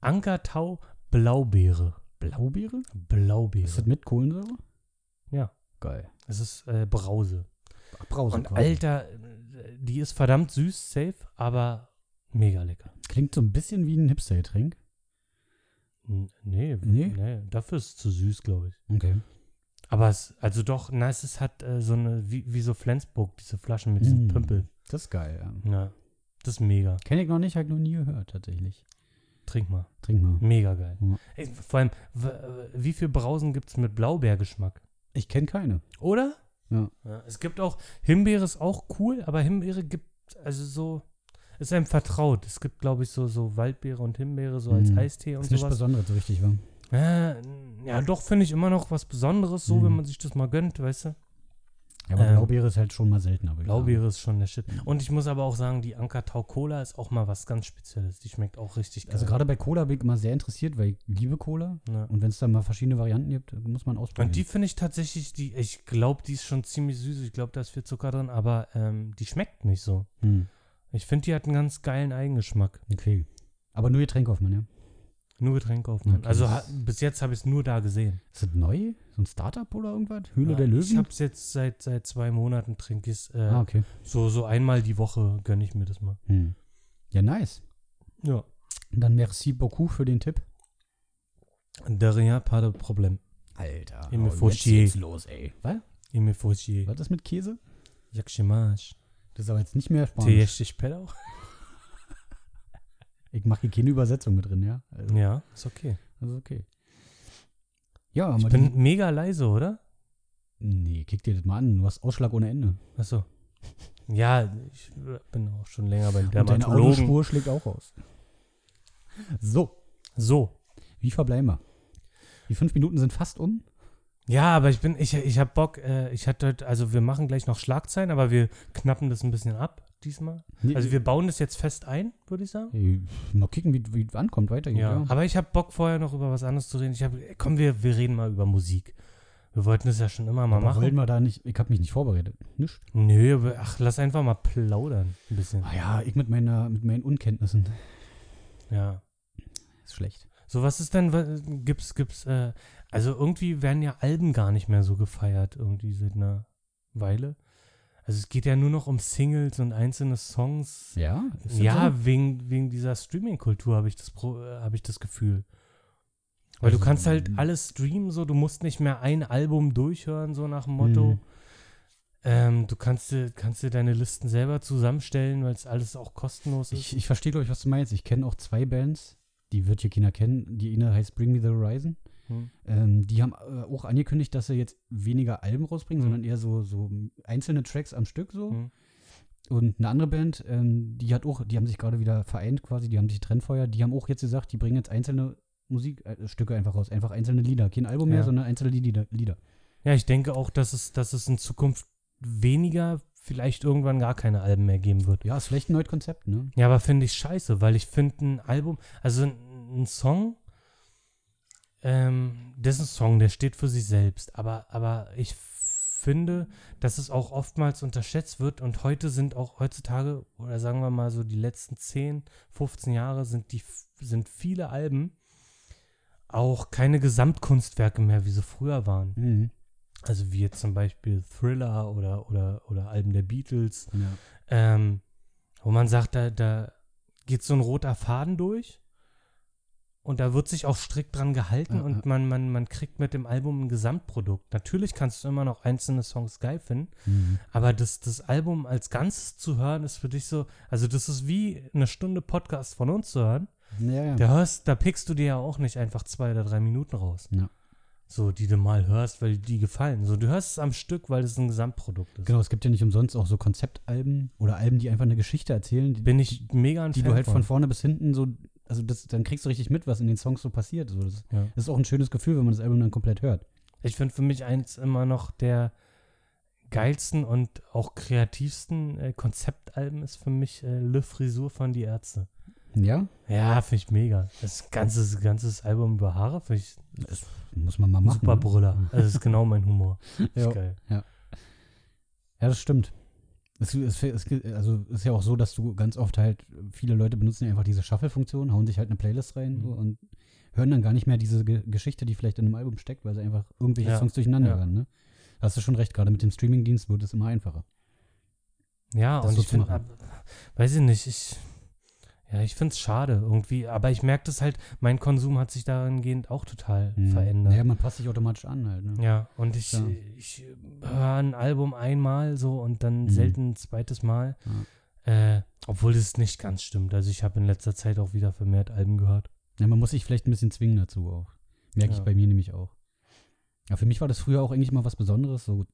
Speaker 2: Ankertau Blaubeere.
Speaker 3: Blaubeere? Ist das
Speaker 2: Blaubeere.
Speaker 3: mit Kohlensäure?
Speaker 2: Ja.
Speaker 3: Geil.
Speaker 2: Es ist äh, Brause.
Speaker 3: Brause
Speaker 2: Und
Speaker 3: quasi.
Speaker 2: Alter, äh, die ist verdammt süß, safe, aber mega lecker.
Speaker 3: Klingt so ein bisschen wie ein Hipster-Getränk.
Speaker 2: N- Nee, nee,
Speaker 3: Nee?
Speaker 2: nee dafür ist es zu süß, glaube ich.
Speaker 3: Okay.
Speaker 2: Aber es, also doch, na, es ist, hat äh, so eine, wie, wie so Flensburg, diese Flaschen mit diesem
Speaker 3: Mm.
Speaker 2: Pümpel.
Speaker 3: Das ist geil, ja.
Speaker 2: Ja, das ist mega.
Speaker 3: Kenne ich noch nicht, habe ich noch nie gehört, tatsächlich.
Speaker 2: Trink mal.
Speaker 3: Trink mal.
Speaker 2: Mega geil.
Speaker 3: Ja.
Speaker 2: Ey, vor allem, w- äh, wie viel Brausen gibt es mit Blaubeergeschmack?
Speaker 3: Ich kenne keine.
Speaker 2: Oder?
Speaker 3: Ja.
Speaker 2: Es gibt auch, Himbeere ist auch cool, aber Himbeere gibt, also so, ist einem vertraut. Es gibt, glaube ich, so, so Waldbeere und Himbeere, so als
Speaker 3: Mm.
Speaker 2: Eistee und
Speaker 3: ist nichts
Speaker 2: sowas.
Speaker 3: Besonderes so richtig, wa?
Speaker 2: Äh, ja, doch, finde ich immer noch was Besonderes, so,
Speaker 3: Mhm.
Speaker 2: wenn man sich das mal gönnt, weißt du?
Speaker 3: Ja, aber
Speaker 2: Ähm,
Speaker 3: Blaubeere ist halt schon mal seltener. würde ich
Speaker 2: Blaubeere ist schon der Shit. Und ich muss aber auch sagen, die Ankertau Cola ist auch mal was ganz Spezielles. Die schmeckt auch richtig
Speaker 3: sagen.
Speaker 2: geil.
Speaker 3: Also gerade bei Cola bin ich immer sehr interessiert, weil ich liebe Cola.
Speaker 2: ja.
Speaker 3: Und wenn es da mal verschiedene Varianten gibt, muss man ausprobieren.
Speaker 2: Und die finde ich tatsächlich, die, ich glaube, die ist schon ziemlich süß. Ich glaube, da ist viel Zucker drin, aber ähm, die schmeckt nicht so.
Speaker 3: Hm,
Speaker 2: Ich finde, die hat einen ganz geilen Eigengeschmack.
Speaker 3: okay. Aber nur Getränkaufmann, ja?
Speaker 2: Nur Getränkeaufmann.
Speaker 3: Okay.
Speaker 2: Also ha, bis jetzt habe ich es nur da gesehen.
Speaker 3: Ist das neu? So ein Startup oder irgendwas? Höhle
Speaker 2: Ja,
Speaker 3: der
Speaker 2: Ich
Speaker 3: Löwen?
Speaker 2: habe es jetzt seit, seit zwei Monaten, trinke ich es. Äh,
Speaker 3: ah, okay.
Speaker 2: so, so einmal die Woche gönne ich mir das mal.
Speaker 3: Hm. Ja, nice.
Speaker 2: Ja.
Speaker 3: Dann merci beaucoup für den Tipp.
Speaker 2: De rien, pas de problème.
Speaker 3: Alter.
Speaker 2: Il me
Speaker 3: hau
Speaker 2: faut
Speaker 3: jetzt
Speaker 2: chier.
Speaker 3: geht's los, ey. Was?
Speaker 2: Il me faut chier.
Speaker 3: Was ist mit Käse?
Speaker 2: Jak się masz?
Speaker 3: Das ist aber jetzt nicht mehr
Speaker 2: Ty
Speaker 3: Spanisch.
Speaker 2: jesteś pedał?
Speaker 3: Ich mache hier keine Übersetzung mit drin, ja? Also,
Speaker 2: Ja, ist okay.
Speaker 3: also okay. Ja,
Speaker 2: Ich
Speaker 3: aber
Speaker 2: bin mega leise, oder?
Speaker 3: Nee, kick dir das mal an. Du hast Ausschlag ohne Ende.
Speaker 2: Achso. Ja, ich äh, bin auch schon länger beim
Speaker 3: Und deine
Speaker 2: Dermatologen.
Speaker 3: Autospur schlägt auch aus. So,
Speaker 2: So.
Speaker 3: wie verbleiben wir? Die fünf Minuten sind fast um.
Speaker 2: Ja, aber ich bin, ich, ich hab Bock, äh, ich hatte heute, also wir machen gleich noch Schlagzeilen, aber wir knappen das ein bisschen ab diesmal.
Speaker 3: Nee,
Speaker 2: Also wir bauen das jetzt fest ein, würde ich sagen.
Speaker 3: Ey, mal kicken, wie, wie ankommt. Weiter geht,
Speaker 2: Ja. Aber ich hab Bock vorher noch über was anderes zu reden. Ich hab, komm, wir, wir reden mal über Musik. Wir wollten das ja schon immer mal
Speaker 3: Aber wollen
Speaker 2: machen.
Speaker 3: wir da nicht, ich habe mich nicht vorbereitet. Nicht?
Speaker 2: Nö, aber- ach, lass einfach mal plaudern ein bisschen.
Speaker 3: Ah ja, ich mit, meiner, mit meinen Unkenntnissen.
Speaker 2: Ja.
Speaker 3: Ist schlecht.
Speaker 2: So, was ist denn, wa- gibt's, gibt's, äh, also irgendwie werden ja Alben gar nicht mehr so gefeiert, irgendwie seit einer Weile. Also es geht ja nur noch um Singles und einzelne Songs.
Speaker 3: Ja? Ist das
Speaker 2: Ja,
Speaker 3: so?
Speaker 2: wegen, wegen dieser Streaming-Kultur habe ich, das Pro- äh, hab ich das Gefühl. Weil du
Speaker 3: Also,
Speaker 2: kannst halt
Speaker 3: mm.
Speaker 2: alles streamen, so, du musst nicht mehr ein Album durchhören, so nach dem Motto.
Speaker 3: Mhm.
Speaker 2: Ähm, du kannst dir, kannst dir deine Listen selber zusammenstellen, weil es alles auch kostenlos ist.
Speaker 3: Ich, ich verstehe, glaube ich, was du meinst. Ich kenne auch zwei Bands, die wird hier keiner kennen. Die eine heißt Bring Me the Horizon.
Speaker 2: Hm.
Speaker 3: Ähm, die haben äh, auch angekündigt, dass sie jetzt weniger Alben rausbringen,
Speaker 2: Mhm.
Speaker 3: sondern eher so, so einzelne Tracks am Stück so.
Speaker 2: Mhm.
Speaker 3: Und eine andere Band, ähm, die hat auch, die haben sich gerade wieder vereint quasi, die haben sich Trennfeuer, die haben auch jetzt gesagt, die bringen jetzt einzelne Musikstücke einfach raus, einfach einzelne Lieder. Kein Album mehr,
Speaker 2: Ja.
Speaker 3: sondern einzelne Lieder. Lieder.
Speaker 2: Ja, ich denke auch, dass es, dass es in Zukunft weniger, vielleicht irgendwann gar keine Alben mehr geben wird.
Speaker 3: Ja, ist vielleicht ein neues Konzept, ne?
Speaker 2: Ja, aber finde ich scheiße, weil ich finde ein Album, also ein, ein Song, ähm, das ist ein Song, der steht für sich selbst. Aber, aber ich finde, dass es auch oftmals unterschätzt wird und heute sind auch heutzutage, oder sagen wir mal so die letzten 10, 15 Jahre sind die, sind viele Alben auch keine Gesamtkunstwerke mehr, wie sie früher waren.
Speaker 3: Mhm.
Speaker 2: Also wie jetzt zum Beispiel Thriller oder, oder, oder Alben der Beatles,
Speaker 3: Ja.
Speaker 2: ähm, wo man sagt, da, da geht so ein roter Faden durch und da wird sich auch strikt dran gehalten
Speaker 3: Ja, ja.
Speaker 2: und man, man, man kriegt mit dem Album ein Gesamtprodukt. Natürlich kannst du immer noch einzelne Songs geil finden,
Speaker 3: Mhm.
Speaker 2: aber das, das Album als Ganzes zu hören ist für dich so, also das ist wie eine Stunde Podcast von uns zu hören.
Speaker 3: Ja, ja.
Speaker 2: Da hörst, da pickst du dir ja auch nicht einfach zwei oder drei Minuten raus.
Speaker 3: Ja.
Speaker 2: So, die du mal hörst, weil die gefallen. So, du hörst es am Stück, weil es ein Gesamtprodukt ist.
Speaker 3: Genau, es gibt ja nicht umsonst auch so Konzeptalben oder Alben, die einfach eine Geschichte erzählen, die,
Speaker 2: Bin ich mega ein
Speaker 3: die
Speaker 2: Fan
Speaker 3: du halt von
Speaker 2: von.
Speaker 3: vorne bis hinten so also das, dann kriegst du richtig mit, was in den Songs so passiert. So, das,
Speaker 2: Ja.
Speaker 3: das ist auch ein schönes Gefühl, wenn man das Album dann komplett hört.
Speaker 2: Ich finde für mich eins immer noch der geilsten und auch kreativsten äh, Konzeptalben ist für mich äh, Le Frisur von Die Ärzte.
Speaker 3: Ja,
Speaker 2: Ja, finde ich mega. Das ganze ganzes Album über Haare finde ich
Speaker 3: das muss man mal
Speaker 2: ein
Speaker 3: machen.
Speaker 2: super
Speaker 3: ne?
Speaker 2: Brüller. Also das ist genau mein Humor. Ist
Speaker 3: Ja.
Speaker 2: geil.
Speaker 3: Ja, das stimmt. Es, es, es, also es ist ja auch so, dass du ganz oft halt, viele Leute benutzen ja einfach diese Shuffle-Funktion, hauen sich halt eine Playlist rein
Speaker 2: Mhm.
Speaker 3: so, und hören dann gar nicht mehr diese Ge Geschichte, die vielleicht in einem Album steckt, weil sie einfach irgendwelche
Speaker 2: Ja,
Speaker 3: Songs durcheinander
Speaker 2: ja.
Speaker 3: hören. Ne? Da hast du schon recht, gerade mit dem Streamingdienst wird es immer einfacher.
Speaker 2: Ja,
Speaker 3: Das
Speaker 2: und
Speaker 3: so
Speaker 2: ich
Speaker 3: zu
Speaker 2: finde,
Speaker 3: machen.
Speaker 2: weiß ich nicht, ich, ja, ich finde es schade irgendwie, aber ich merke das halt, mein Konsum hat sich dahingehend auch total
Speaker 3: Mhm.
Speaker 2: verändert.
Speaker 3: Ja, man passt sich automatisch an halt. Ne?
Speaker 2: Ja, und ich,
Speaker 3: Ja.
Speaker 2: ich höre ein Album einmal so und dann
Speaker 3: Mhm.
Speaker 2: selten ein zweites Mal. Äh, obwohl das nicht ganz stimmt. Also ich habe in letzter Zeit auch wieder vermehrt Alben gehört.
Speaker 3: Ja, man muss sich vielleicht ein bisschen zwingen dazu auch. Merke
Speaker 2: Ja.
Speaker 3: ich bei mir nämlich auch. Ja, für mich war das früher auch eigentlich mal was Besonderes. So,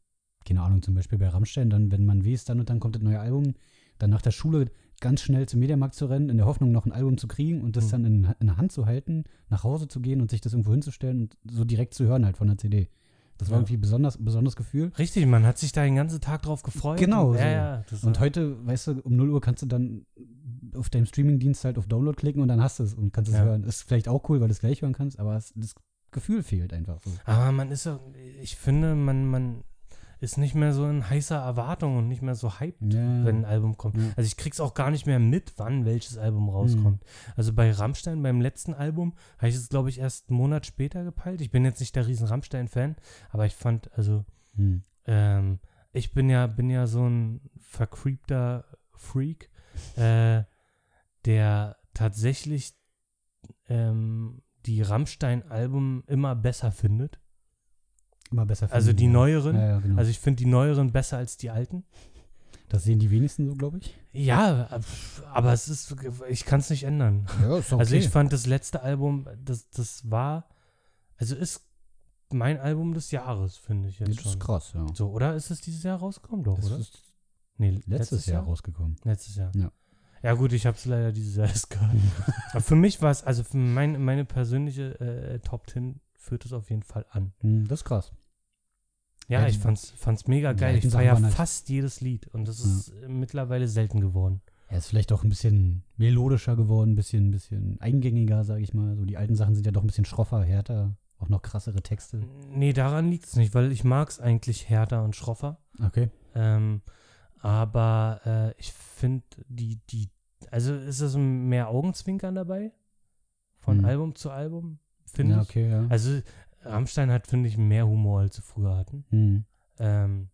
Speaker 3: keine Ahnung, zum Beispiel bei Rammstein, dann, wenn man weiß, dann und dann kommt das neue Album, dann nach der Schule ganz schnell zum Mediamarkt zu rennen, in der Hoffnung, noch ein Album zu kriegen und das
Speaker 2: Hm.
Speaker 3: dann in, in der Hand zu halten, nach Hause zu gehen und sich das irgendwo hinzustellen und so direkt zu hören halt von der CD. Das war
Speaker 2: Ja.
Speaker 3: irgendwie ein besonders, besonderes Gefühl.
Speaker 2: Richtig, man hat sich da den ganzen Tag drauf gefreut.
Speaker 3: Genau
Speaker 2: Und,
Speaker 3: so.
Speaker 2: ja, ja, das
Speaker 3: Und
Speaker 2: war-
Speaker 3: heute, weißt du, um 0 Uhr kannst du dann auf deinem Streamingdienst halt auf Download klicken und dann hast du es und kannst es
Speaker 2: Ja.
Speaker 3: hören. Ist vielleicht auch cool, weil du es gleich hören kannst, aber es, das Gefühl fehlt einfach. So.
Speaker 2: aber man ist so, ich finde, man, man ist nicht mehr so in heißer Erwartung und nicht mehr so hyped,
Speaker 3: Ja.
Speaker 2: wenn ein Album kommt.
Speaker 3: Ja.
Speaker 2: Also ich krieg's auch gar nicht mehr mit, wann welches Album rauskommt.
Speaker 3: Mhm.
Speaker 2: Also bei Rammstein, beim letzten Album, habe ich es, glaube ich, erst einen Monat später gepeilt. Ich bin jetzt nicht der riesen Rammstein-Fan, aber ich fand, also,
Speaker 3: Hm.
Speaker 2: ähm, ich bin ja, bin ja so ein vercreepter Freak, äh, der tatsächlich ähm, die Rammstein-Alben immer besser findet.
Speaker 3: Immer besser finden.
Speaker 2: Also die neueren.
Speaker 3: Ja, ja, genau.
Speaker 2: Also ich finde die neueren besser als die alten.
Speaker 3: das sehen die wenigsten so, glaube ich.
Speaker 2: Ja, aber es ist, ich kann es nicht ändern.
Speaker 3: Ja, ist okay.
Speaker 2: Also ich fand das letzte Album, das, das war, also ist mein Album des Jahres, finde ich jetzt
Speaker 3: das ist
Speaker 2: schon.
Speaker 3: krass, ja.
Speaker 2: So, oder ist es dieses Jahr rausgekommen doch,
Speaker 3: Das
Speaker 2: oder?
Speaker 3: ist
Speaker 2: nee,
Speaker 3: letztes, Jahr rausgekommen.
Speaker 2: Letztes Jahr.
Speaker 3: Ja.
Speaker 2: Ja gut, ich habe es leider dieses Jahr erst gehört. Aber für mich war es, also für mein, meine persönliche äh, Top 10 führt es auf jeden Fall an.
Speaker 3: Hm, das ist krass.
Speaker 2: Ja,
Speaker 3: Ja,
Speaker 2: ich
Speaker 3: die-
Speaker 2: fand's, fand's mega
Speaker 3: die
Speaker 2: geil. Ich
Speaker 3: alten Sachen
Speaker 2: feiere
Speaker 3: waren halt-
Speaker 2: fast jedes Lied und das ist äh, mittlerweile selten geworden.
Speaker 3: Er ist vielleicht auch ein bisschen melodischer geworden, ein bisschen, ein bisschen eingängiger, sage ich mal. So die alten Sachen sind ja doch ein bisschen schroffer, härter, auch noch krassere Texte.
Speaker 2: Nee, daran liegt's nicht, weil ich mag's eigentlich härter und schroffer.
Speaker 3: Okay.
Speaker 2: Ähm, aber äh, ich finde, die, die, also ist das mehr Augenzwinkern dabei? Von
Speaker 3: Hm.
Speaker 2: Album zu Album, finde
Speaker 3: ja,
Speaker 2: ich.
Speaker 3: okay, ja.
Speaker 2: Also Rammstein hat, finde ich, mehr Humor, als sie früher hatten.
Speaker 3: Hm.
Speaker 2: Ähm,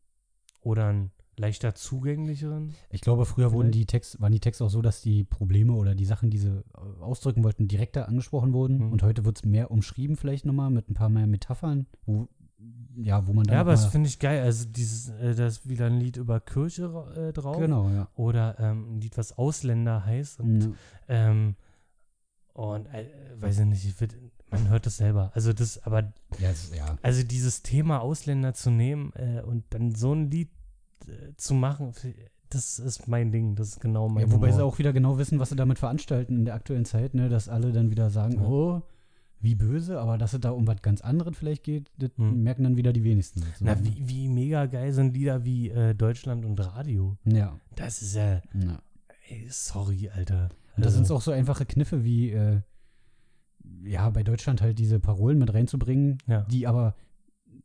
Speaker 2: oder einen leichter zugänglicheren.
Speaker 3: Ich glaube, früher wurden
Speaker 2: Vielleicht.
Speaker 3: die Text, waren die Texte auch so, dass die Probleme oder die Sachen, die sie äh, ausdrücken wollten, direkter angesprochen wurden.
Speaker 2: Mhm.
Speaker 3: Und heute wird es mehr umschrieben, vielleicht nochmal, mit ein paar mehr Metaphern, wo, ja, wo man dann.
Speaker 2: ja, aber das
Speaker 3: noch mal-
Speaker 2: finde ich geil. Also dieses, äh, da ist wieder ein Lied über Kirche äh, drauf.
Speaker 3: Genau, ja.
Speaker 2: Oder ähm, ein Lied, was Ausländer heißt. Und
Speaker 3: ja.
Speaker 2: Ähm, und äh, weiß ich nicht, ich find, man hört das selber. Also das, aber
Speaker 3: Ja, es ist, ja.
Speaker 2: also dieses Thema Ausländer zu nehmen äh, und dann so ein Lied äh, zu machen, f- das ist mein Ding. Das ist genau mein
Speaker 3: ja wobei sie
Speaker 2: Humor.
Speaker 3: auch wieder genau wissen, was sie damit veranstalten in der aktuellen Zeit, ne, dass alle dann wieder sagen,
Speaker 2: Ja.
Speaker 3: oh, wie böse, aber dass es da um was ganz anderes vielleicht geht, das
Speaker 2: Mhm.
Speaker 3: merken dann wieder die wenigsten.
Speaker 2: Na,
Speaker 3: sozusagen.
Speaker 2: wie, wie mega geil sind Lieder wie äh, Deutschland und Radio.
Speaker 3: Ja,
Speaker 2: Das ist ja,
Speaker 3: ja.
Speaker 2: ey, sorry, Alter.
Speaker 3: Und das
Speaker 2: Also,
Speaker 3: sind auch so einfache Kniffe wie, äh, ja, bei Deutschland halt diese Parolen mit reinzubringen,
Speaker 2: Ja.
Speaker 3: die aber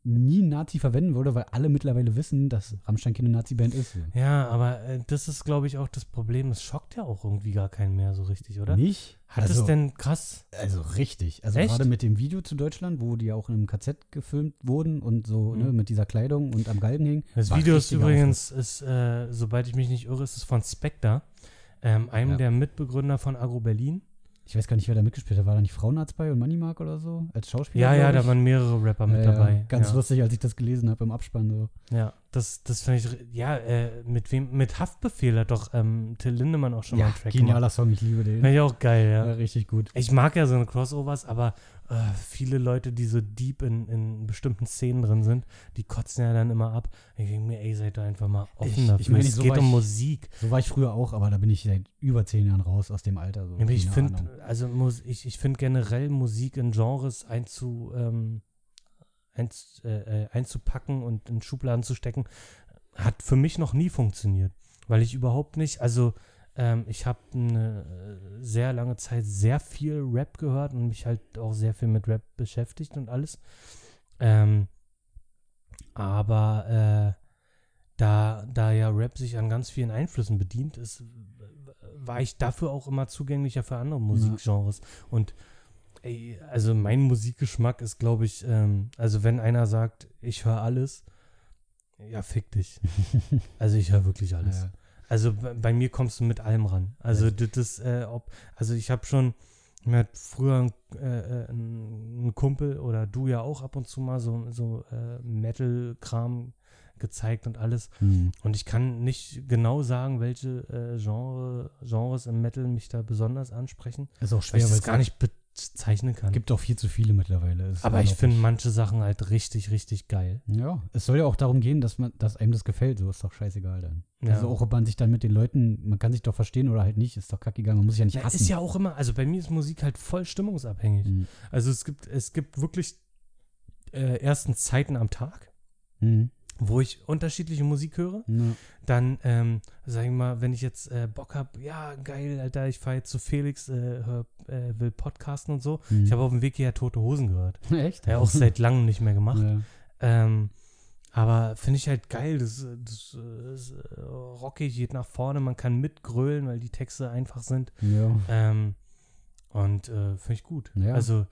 Speaker 3: nie ein Nazi verwenden würde, weil alle mittlerweile wissen, dass Rammstein keine Nazi-Band ist.
Speaker 2: Ja, aber äh, das ist, glaube ich, auch das Problem. Es schockt ja auch irgendwie gar keinen mehr so richtig, oder?
Speaker 3: Nicht?
Speaker 2: Hat
Speaker 3: also,
Speaker 2: es denn krass?
Speaker 3: Also richtig. Also
Speaker 2: Echt?
Speaker 3: gerade mit dem Video zu Deutschland, wo die ja auch in einem KZ gefilmt wurden und so
Speaker 2: Mhm.
Speaker 3: ne, mit dieser Kleidung und am Galgen hingen.
Speaker 2: Das
Speaker 3: War
Speaker 2: Video ist
Speaker 3: richtiger
Speaker 2: übrigens, ist, äh, soweit ich mich nicht irre, ist es von Spectre, ähm, einem
Speaker 3: Ja.
Speaker 2: der Mitbegründer von Agro Berlin.
Speaker 3: Ich weiß gar nicht, wer da mitgespielt hat. War da nicht Frauenarzt bei und Moneymark oder so? Als Schauspieler?
Speaker 2: Ja, ja,
Speaker 3: glaub
Speaker 2: da
Speaker 3: ich?
Speaker 2: waren mehrere Rapper mit
Speaker 3: Ja, ja.
Speaker 2: dabei.
Speaker 3: Ganz
Speaker 2: ja.
Speaker 3: lustig, als ich das gelesen habe im Abspann. So.
Speaker 2: Ja. Das, das finde ich, ja, äh, mit wem, mit Haftbefehl hat doch ähm, Till Lindemann auch schon mal
Speaker 3: ja,
Speaker 2: einen Track gemacht.
Speaker 3: genialer Song, ich liebe den.
Speaker 2: Finde ich auch geil, ja.
Speaker 3: Ja, richtig gut.
Speaker 2: Ich mag ja so eine Crossovers, aber äh, viele Leute, die so deep in, in bestimmten Szenen drin sind, die kotzen ja dann immer ab. Ich denke mir, ey, seid doch einfach mal offen
Speaker 3: Ich-
Speaker 2: dafür.
Speaker 3: ich meine,
Speaker 2: es
Speaker 3: so
Speaker 2: geht
Speaker 3: war
Speaker 2: um
Speaker 3: ich-
Speaker 2: Musik.
Speaker 3: So war ich früher auch, aber da bin ich seit über zehn Jahren raus aus dem Alter. So.
Speaker 2: Aber ich
Speaker 3: Also, Keine Ahnung.
Speaker 2: finde, also muss, ich, ich finde generell Musik in Genres einzu, ähm, einz, äh, äh, einzupacken und in Schubladen zu stecken, hat für mich noch nie funktioniert. Weil ich überhaupt nicht, also ähm, ich habe eine äh, sehr lange Zeit sehr viel Rap gehört und mich halt auch sehr viel mit Rap beschäftigt und alles. Ähm, aber äh, da, da ja Rap sich an ganz vielen Einflüssen bedient, ist, war ich dafür auch immer zugänglicher für andere Musikgenres. Und ey, also mein Musikgeschmack ist, glaube ich, ähm, also wenn einer sagt, ich höre alles, ja, fick dich. also ich höre wirklich alles.
Speaker 3: Ja,
Speaker 2: Also bei, bei mir kommst du mit allem ran. Also das ist, äh, ob, also ich habe schon, mir hat früher äh, äh, ein ein Kumpel oder du ja auch ab und zu mal so, so äh, Metal-Kram gezeigt und alles.
Speaker 3: hm.
Speaker 2: Und ich kann nicht genau sagen, welche äh, Genre, Genres im Metal mich da besonders ansprechen,
Speaker 3: Ist auch
Speaker 2: weil
Speaker 3: schwer,
Speaker 2: ich
Speaker 3: weil
Speaker 2: das
Speaker 3: es
Speaker 2: gar nicht bezeichnen
Speaker 3: Es
Speaker 2: kann.
Speaker 3: gibt auch viel zu viele mittlerweile. Es ist
Speaker 2: Aber ich
Speaker 3: unglaublich.
Speaker 2: finde manche Sachen halt richtig, richtig geil.
Speaker 3: Ja, es soll ja auch darum gehen, dass man, dass einem das gefällt. So ist doch scheißegal dann.
Speaker 2: Ja.
Speaker 3: Also auch ob man sich dann mit den Leuten, man kann sich doch verstehen oder halt nicht, ist doch kackegal. Man muss sich ja nicht
Speaker 2: Na,
Speaker 3: hassen.
Speaker 2: ist ja auch immer, also bei mir ist Musik halt voll stimmungsabhängig.
Speaker 3: Mhm.
Speaker 2: Also es gibt, es gibt wirklich äh, ersten Zeiten am Tag,
Speaker 3: Mhm.
Speaker 2: wo ich unterschiedliche Musik höre.
Speaker 3: Ja.
Speaker 2: Dann, ähm, sag ich mal, wenn ich jetzt äh, Bock habe, ja, geil, Alter, ich fahre jetzt zu Felix, äh, hör, äh, will podcasten und so.
Speaker 3: Mhm.
Speaker 2: Ich habe auf dem Weg hierher Tote Hosen gehört.
Speaker 3: Echt?
Speaker 2: Ja, auch seit langem nicht mehr gemacht.
Speaker 3: Ja.
Speaker 2: Ähm, aber finde ich halt geil, das, das, das äh, rockig, geht nach vorne, man kann mitgrölen, weil die Texte einfach sind.
Speaker 3: ja.
Speaker 2: Ähm, und äh, finde ich gut.
Speaker 3: Ja.
Speaker 2: Also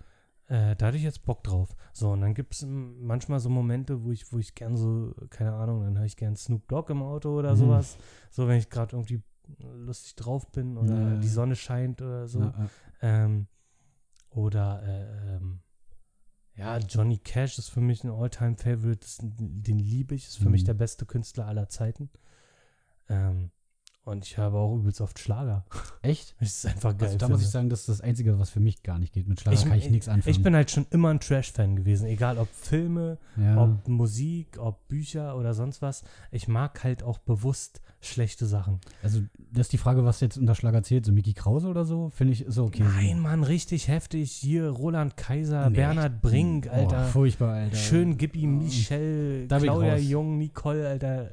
Speaker 2: äh, da hatte ich jetzt Bock drauf. So, und dann gibt es manchmal so Momente, wo ich, wo ich gern so, keine Ahnung, dann höre ich gern Snoop Dogg im Auto oder
Speaker 3: Mhm.
Speaker 2: sowas. So, wenn ich gerade irgendwie lustig drauf bin oder
Speaker 3: Ja, ja,
Speaker 2: die
Speaker 3: ja.
Speaker 2: Sonne scheint oder so.
Speaker 3: Ja, ja.
Speaker 2: Ähm, oder äh, ähm, ja, Johnny Cash ist für mich ein All-Time-Favorite, das- den liebe ich, ist für
Speaker 3: Mhm.
Speaker 2: mich der beste Künstler aller Zeiten. Ähm, und ich habe auch übelst oft Schlager.
Speaker 3: Echt?
Speaker 2: Das ist einfach geil.
Speaker 3: Also da muss
Speaker 2: finde.
Speaker 3: ich sagen, das ist das Einzige, was für mich gar nicht geht. Mit Schlager
Speaker 2: Ich-
Speaker 3: kann ich nichts anfangen.
Speaker 2: Ich bin halt schon immer ein Trash-Fan gewesen, egal ob Filme,
Speaker 3: ja.
Speaker 2: ob Musik, ob Bücher oder sonst was. Ich mag halt auch bewusst schlechte Sachen.
Speaker 3: Also, das ist die Frage, was jetzt unter Schlager zählt. So Mickey Krause oder so, finde ich, ist so okay.
Speaker 2: Nein, Mann, richtig heftig. Hier Roland Kaiser,
Speaker 3: Nee.
Speaker 2: Bernhard Brink,
Speaker 3: Oh,
Speaker 2: Alter.
Speaker 3: furchtbar, Alter.
Speaker 2: Schön gib ihm
Speaker 3: Oh.
Speaker 2: Michelle,
Speaker 3: Da bin ich
Speaker 2: Claudia
Speaker 3: raus.
Speaker 2: Jung, Nicole, Alter.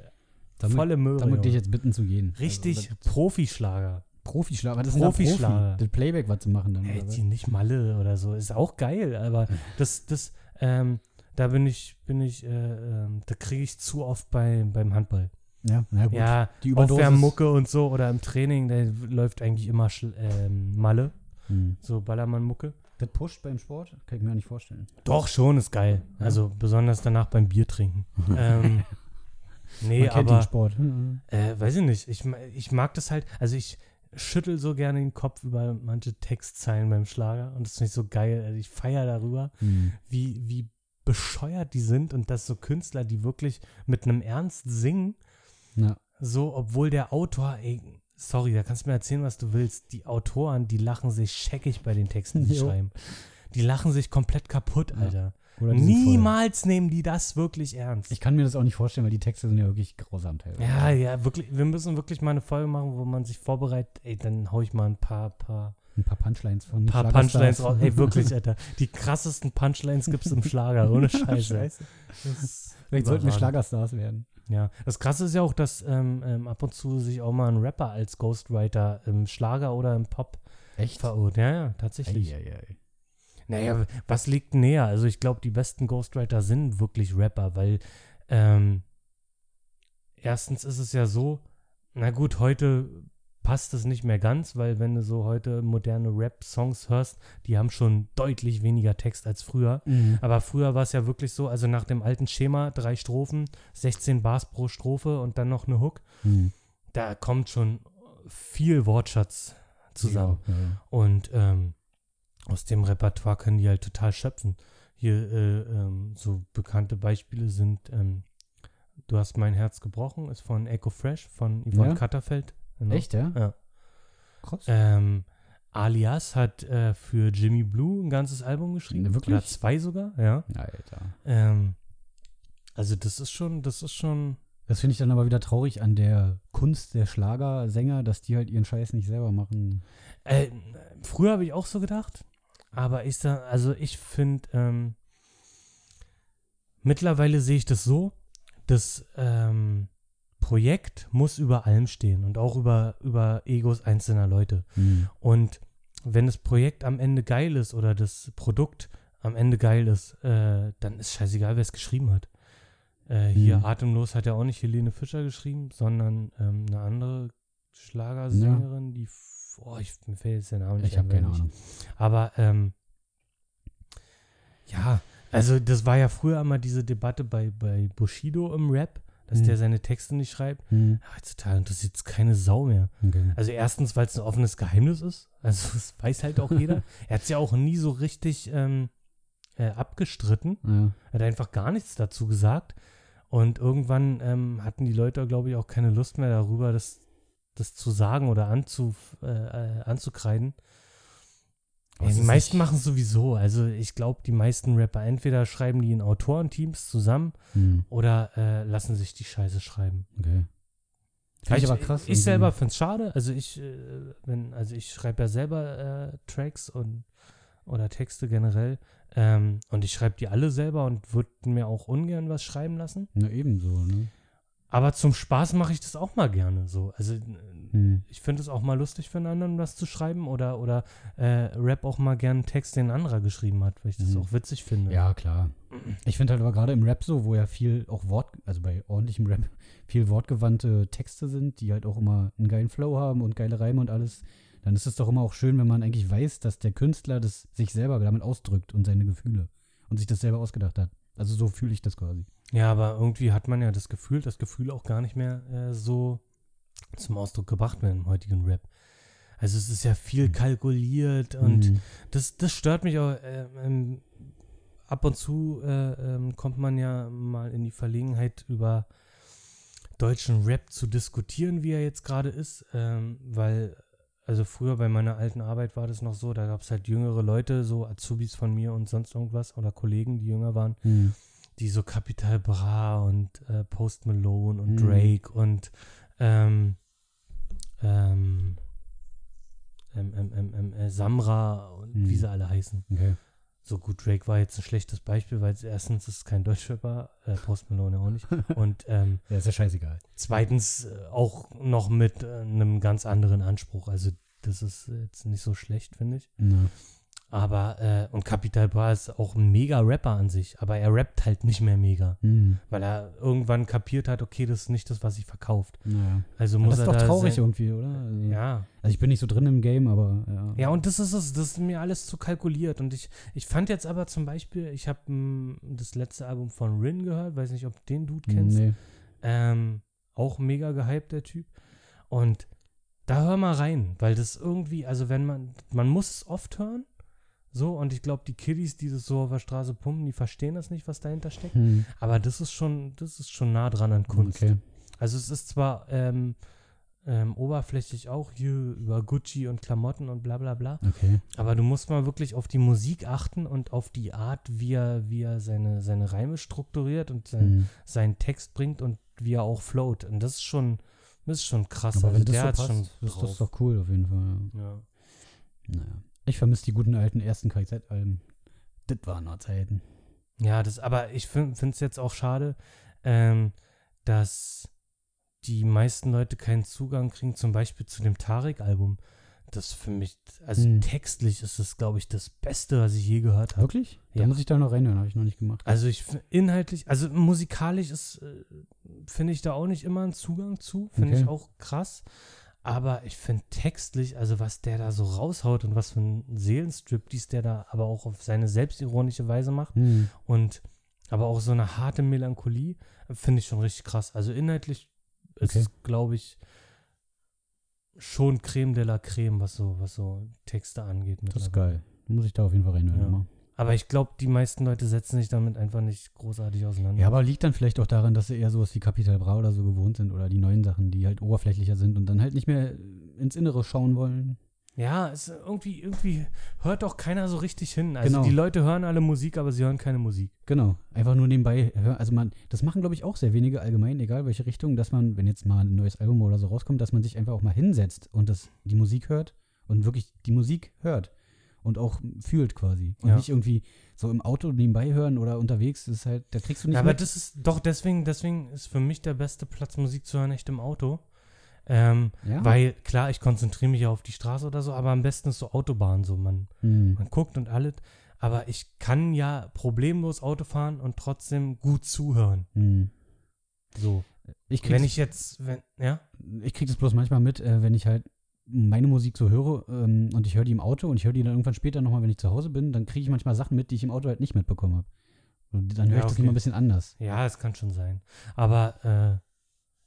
Speaker 3: Damit,
Speaker 2: volle Möhre.
Speaker 3: damit dich
Speaker 2: Junge.
Speaker 3: jetzt bitten zu gehen.
Speaker 2: richtig
Speaker 3: Also,
Speaker 2: Profischlager.
Speaker 3: das- Profischlager. Das ist ein Profi.
Speaker 2: Profischlager.
Speaker 3: Das Playback war zu machen dann.
Speaker 2: Ey,
Speaker 3: oder was?
Speaker 2: die nicht Malle oder so. Ist auch geil, aber das, das, ähm, da bin ich, bin ich, äh, ähm, da kriege ich zu oft bei, beim Handball.
Speaker 3: Ja, na gut.
Speaker 2: Ja,
Speaker 3: die
Speaker 2: Aufwärmmucke und so oder im Training, da läuft eigentlich immer Schl ähm, Malle,
Speaker 3: Hm.
Speaker 2: so Ballermann-Mucke.
Speaker 3: Das pusht beim Sport? Kann ich mir gar nicht vorstellen.
Speaker 2: Doch, schon ist geil.
Speaker 3: Ja.
Speaker 2: Also besonders danach beim Bier trinken. ähm, nee,
Speaker 3: Man kennt den
Speaker 2: aber
Speaker 3: Sport. Hm.
Speaker 2: äh, weiß ich nicht. Ich, ma- ich mag das halt, also ich schüttel so gerne den Kopf über manche Textzeilen beim Schlager und das finde ich so geil. Also ich feiere darüber,
Speaker 3: Hm.
Speaker 2: wie, wie bescheuert die sind und dass so Künstler, die wirklich mit einem Ernst singen,
Speaker 3: Na,
Speaker 2: So, obwohl der Autor, ey, sorry, da kannst du mir erzählen, was du willst. Die Autoren, die lachen sich scheckig bei den Texten, die sie
Speaker 3: Jo.
Speaker 2: schreiben. Die lachen sich komplett kaputt,
Speaker 3: Ja.
Speaker 2: Alter.
Speaker 3: oder die sind voll.
Speaker 2: Niemals nehmen die das wirklich ernst.
Speaker 3: Ich kann mir das auch nicht vorstellen, weil die Texte sind ja wirklich grausam teilweise.
Speaker 2: ja, ja, wirklich. Wir müssen wirklich mal eine Folge machen, wo man sich vorbereitet. Ey, dann hau ich mal ein paar, paar,
Speaker 3: Ein paar Punchlines von
Speaker 2: paar
Speaker 3: Schlagerstars.
Speaker 2: Punchlines raus. Ey, wirklich, Alter. Die krassesten Punchlines gibt's im Schlager, ohne Scheiße. Das ist
Speaker 3: Vielleicht sollten wir
Speaker 2: überragend.
Speaker 3: Schlagerstars werden.
Speaker 2: Ja, das Krasse ist ja auch, dass ähm, ähm, ab und zu sich auch mal ein Rapper als Ghostwriter im Schlager oder im Pop
Speaker 3: Echt?
Speaker 2: verurteilt. Ja, ja, tatsächlich.
Speaker 3: Eieiei.
Speaker 2: Naja, was liegt näher? Also ich glaube, die besten Ghostwriter sind wirklich Rapper, weil ähm, erstens ist es ja so, na gut, heute passt es nicht mehr ganz, weil wenn du so heute moderne Rap-Songs hörst, die haben schon deutlich weniger Text als früher.
Speaker 3: Mhm.
Speaker 2: Aber früher war es ja wirklich so, also nach dem alten Schema, drei Strophen, 16 Bars pro Strophe und dann noch eine Hook.
Speaker 3: Mhm.
Speaker 2: Da kommt schon viel Wortschatz zusammen.
Speaker 3: Ja, ja.
Speaker 2: Und ähm, aus dem Repertoire können die halt total schöpfen. Hier äh, ähm, so bekannte Beispiele sind ähm, Du hast mein Herz gebrochen, ist von Echo Fresh, von Yvonne
Speaker 3: Ja.
Speaker 2: Katterfeld. Genau.
Speaker 3: Echt, ja?
Speaker 2: Ja.
Speaker 3: Krass.
Speaker 2: Ähm, Alias hat äh, für Jimmy Blue ein ganzes Album geschrieben.
Speaker 3: Ne, wirklich?
Speaker 2: Oder zwei sogar, ja.
Speaker 3: Alter.
Speaker 2: Ähm, also das ist schon, das ist schon,
Speaker 3: Das finde ich dann aber wieder traurig an der Kunst der Schlagersänger, dass die halt ihren Scheiß nicht selber machen.
Speaker 2: Äh, früher habe ich auch so gedacht, aber ich sag, also ich finde, ähm, mittlerweile sehe ich das so, das ähm, Projekt muss über allem stehen und auch über, über Egos einzelner Leute.
Speaker 3: Hm.
Speaker 2: Und wenn das Projekt am Ende geil ist oder das Produkt am Ende geil ist, äh, dann ist scheißegal, wer es geschrieben hat. Äh, hier,
Speaker 3: Mhm.
Speaker 2: Atemlos hat ja auch nicht Helene Fischer geschrieben, sondern ähm, eine andere Schlagersängerin, die. f- Oh, ich, mir fällt jetzt der Name nicht
Speaker 3: Ich habe
Speaker 2: ein,
Speaker 3: keine
Speaker 2: wenn
Speaker 3: Ahnung.
Speaker 2: Aber, ähm, ja, also das war ja früher immer diese Debatte bei, bei Bushido im Rap, dass
Speaker 3: Mhm.
Speaker 2: der seine Texte nicht schreibt.
Speaker 3: Mhm.
Speaker 2: Heutzutage interessiert es keine Sau mehr.
Speaker 3: Okay.
Speaker 2: Also erstens, weil es ein offenes Geheimnis ist. Also das weiß halt auch jeder. er hat es ja auch nie so richtig ähm, äh, abgestritten.
Speaker 3: ja.
Speaker 2: Er hat einfach gar nichts dazu gesagt. Und irgendwann ähm, hatten die Leute, glaube ich, auch keine Lust mehr darüber, das, das zu sagen oder anzu, äh, äh, anzukreiden.
Speaker 3: Aber es
Speaker 2: die
Speaker 3: ist
Speaker 2: meisten
Speaker 3: nicht-
Speaker 2: machen es sowieso. Also ich glaube, die meisten Rapper entweder schreiben die in Autorenteams zusammen
Speaker 3: Mhm.
Speaker 2: oder äh, lassen sich die Scheiße schreiben.
Speaker 3: Okay. Finde ich aber krass. Mhm.
Speaker 2: Ich,
Speaker 3: irgendwie.
Speaker 2: selber finde es schade. Also ich, äh, wenn, also ich schreibe ja selber äh, Tracks und oder Texte generell. Ähm, und ich schreibe die alle selber und würde mir auch ungern was schreiben lassen.
Speaker 3: Na, ebenso, ne?
Speaker 2: Aber zum Spaß mache ich das auch mal gerne. So. Also äh,
Speaker 3: Mhm.
Speaker 2: ich finde es auch mal lustig für einen anderen was zu schreiben oder, oder äh, rap auch mal gerne einen Text, den ein anderer geschrieben hat, weil ich das
Speaker 3: Mhm.
Speaker 2: auch witzig finde.
Speaker 3: Ja, klar.
Speaker 2: Mhm.
Speaker 3: Ich finde halt aber gerade im Rap so, wo ja viel auch Wort, also bei ordentlichem Rap, viel wortgewandte Texte sind, die halt auch immer einen geilen Flow haben und geile Reime und alles, dann ist es doch immer auch schön, wenn man eigentlich weiß, dass der Künstler das sich selber damit ausdrückt und seine Gefühle und sich das selber ausgedacht hat. Also so fühle ich das quasi.
Speaker 2: Ja, aber irgendwie hat man ja das Gefühl, das Gefühl auch gar nicht mehr äh, so zum Ausdruck gebracht werden im heutigen Rap. Also es ist ja viel kalkuliert und
Speaker 3: Mhm.
Speaker 2: das, das stört mich auch. äh, ähm, ab und zu äh, ähm, kommt man ja mal in die Verlegenheit, über deutschen Rap zu diskutieren, wie er jetzt gerade ist, ähm, weil also früher bei meiner alten Arbeit war das noch so, da gab es halt jüngere Leute, so Azubis von mir und sonst irgendwas oder Kollegen, die jünger waren
Speaker 3: Mhm.
Speaker 2: die so Capital Bra und äh, Post Malone und
Speaker 3: Mhm.
Speaker 2: Drake und ähm, ähm, ähm, ähm, ähm, ähm, äh, Samra und
Speaker 3: Mhm.
Speaker 2: wie sie alle heißen.
Speaker 3: Okay.
Speaker 2: So gut, Drake war jetzt ein schlechtes Beispiel, weil es erstens ist kein Deutschrapper, äh, Post Malone auch nicht. Und ähm,
Speaker 3: Ja, ist ja scheißegal.
Speaker 2: zweitens äh, auch noch mit äh, einem ganz anderen Anspruch. Also das ist jetzt nicht so schlecht, finde ich.
Speaker 3: Na.
Speaker 2: Aber, äh, und Capital Bra ist auch ein mega Rapper an sich, aber er rappt halt nicht mehr mega
Speaker 3: Mhm.
Speaker 2: weil er irgendwann kapiert hat, okay, das ist nicht das, was sich verkauft.
Speaker 3: Naja.
Speaker 2: Also
Speaker 3: Aber
Speaker 2: muss
Speaker 3: das ist
Speaker 2: er
Speaker 3: doch
Speaker 2: da
Speaker 3: traurig
Speaker 2: sein-
Speaker 3: irgendwie, oder? Also,
Speaker 2: ja.
Speaker 3: also ich bin nicht so drin im Game, aber ja.
Speaker 2: Ja, und das ist es, das ist mir alles zu kalkuliert. Und ich, ich fand jetzt aber zum Beispiel, ich habe das letzte Album von Rin gehört, weiß nicht, ob du den Dude kennst.
Speaker 3: Hm, Nee.
Speaker 2: Ähm, auch mega gehypt, der Typ. Und da hör mal rein, weil das irgendwie, also wenn man, man muss es oft hören, so, und ich glaube, die Kiddies, die das so auf der Straße pumpen, die verstehen das nicht, was dahinter steckt.
Speaker 3: Mhm.
Speaker 2: Aber das ist schon, das ist schon nah dran an Kunst.
Speaker 3: Okay.
Speaker 2: Also es ist zwar ähm, ähm, oberflächlich auch hier über Gucci und Klamotten und bla bla bla,
Speaker 3: Okay.
Speaker 2: aber du musst mal wirklich auf die Musik achten und auf die Art, wie er, wie er seine, seine Reime strukturiert und sein,
Speaker 3: Mhm.
Speaker 2: seinen Text bringt und wie er auch float. Und das ist schon, das ist schon krass.
Speaker 3: Aber
Speaker 2: also
Speaker 3: wenn
Speaker 2: der
Speaker 3: das
Speaker 2: hat's
Speaker 3: so passt,
Speaker 2: schon
Speaker 3: ist das
Speaker 2: drauf.
Speaker 3: doch cool auf jeden Fall.
Speaker 2: ja.
Speaker 3: Ja. Naja. Ich vermisse die guten alten ersten KZ-Alben. Das waren noch Zeiten.
Speaker 2: ja, das, aber ich finde es jetzt auch schade, ähm, dass die meisten Leute keinen Zugang kriegen, zum Beispiel zu dem Tarek-Album. Das für mich, also
Speaker 3: Hm.
Speaker 2: textlich ist das, glaube ich, das Beste, was ich je gehört habe.
Speaker 3: Wirklich?
Speaker 2: Ja.
Speaker 3: Da muss ich da noch reinhören, habe ich noch nicht gemacht.
Speaker 2: Also ich f- inhaltlich, also musikalisch ist, äh, finde ich da auch nicht immer einen Zugang zu, finde ich
Speaker 3: Okay.
Speaker 2: auch krass. Aber ich finde textlich, also was der da so raushaut und was für ein Seelenstrip, dies der da aber auch auf seine selbstironische Weise macht
Speaker 3: Hm.
Speaker 2: und aber auch so eine harte Melancholie, äh, finde ich schon richtig krass. Also inhaltlich ist
Speaker 3: Okay.
Speaker 2: es, glaube ich, schon Creme de la Creme, was so, was so Texte angeht.
Speaker 3: Das ist
Speaker 2: mittlerweile.
Speaker 3: geil. Muss ich da auf jeden Fall reinhören.
Speaker 2: Ja.
Speaker 3: immer.
Speaker 2: Aber ich glaube, die meisten Leute setzen sich damit einfach nicht großartig auseinander.
Speaker 3: Ja, aber liegt dann vielleicht auch daran, dass sie eher sowas wie Capital Bra oder so gewohnt sind oder die neuen Sachen, die halt oberflächlicher sind und dann halt nicht mehr ins Innere schauen wollen.
Speaker 2: Ja, es ist irgendwie, irgendwie hört doch keiner so richtig hin. Also
Speaker 3: Genau.
Speaker 2: die Leute hören alle Musik, aber sie hören keine Musik.
Speaker 3: Genau, einfach nur nebenbei hören. Also man, das machen glaube ich auch sehr wenige allgemein, egal welche Richtung, dass man, wenn jetzt mal ein neues Album oder so rauskommt, dass man sich einfach auch mal hinsetzt und das, die Musik hört und wirklich die Musik hört und auch fühlt quasi. Und
Speaker 2: Ja.
Speaker 3: nicht irgendwie so im Auto nebenbei hören oder unterwegs, das ist halt, da kriegst du nicht
Speaker 2: Ja, aber
Speaker 3: mit.
Speaker 2: das ist doch deswegen, deswegen ist für mich der beste Platz, Musik zu hören, echt im Auto. Ähm,
Speaker 3: ja?
Speaker 2: Weil, klar, ich konzentriere mich ja auf die Straße oder so, aber am besten ist so Autobahn so. Man,
Speaker 3: Hm.
Speaker 2: man guckt und alles. Aber ich kann ja problemlos Auto fahren und trotzdem gut zuhören.
Speaker 3: Hm.
Speaker 2: So.
Speaker 3: Ich krieg's-
Speaker 2: Wenn ich jetzt, wenn, ja?
Speaker 3: ich kriege das bloß manchmal mit, äh, wenn ich halt meine Musik so höre ähm, und ich höre die im Auto und ich höre die dann irgendwann später nochmal, wenn ich zu Hause bin, dann kriege ich manchmal Sachen mit, die ich im Auto halt nicht mitbekommen habe. Dann
Speaker 2: Ja,
Speaker 3: höre ich das
Speaker 2: okay.
Speaker 3: immer ein bisschen anders.
Speaker 2: Ja, es kann schon sein. Aber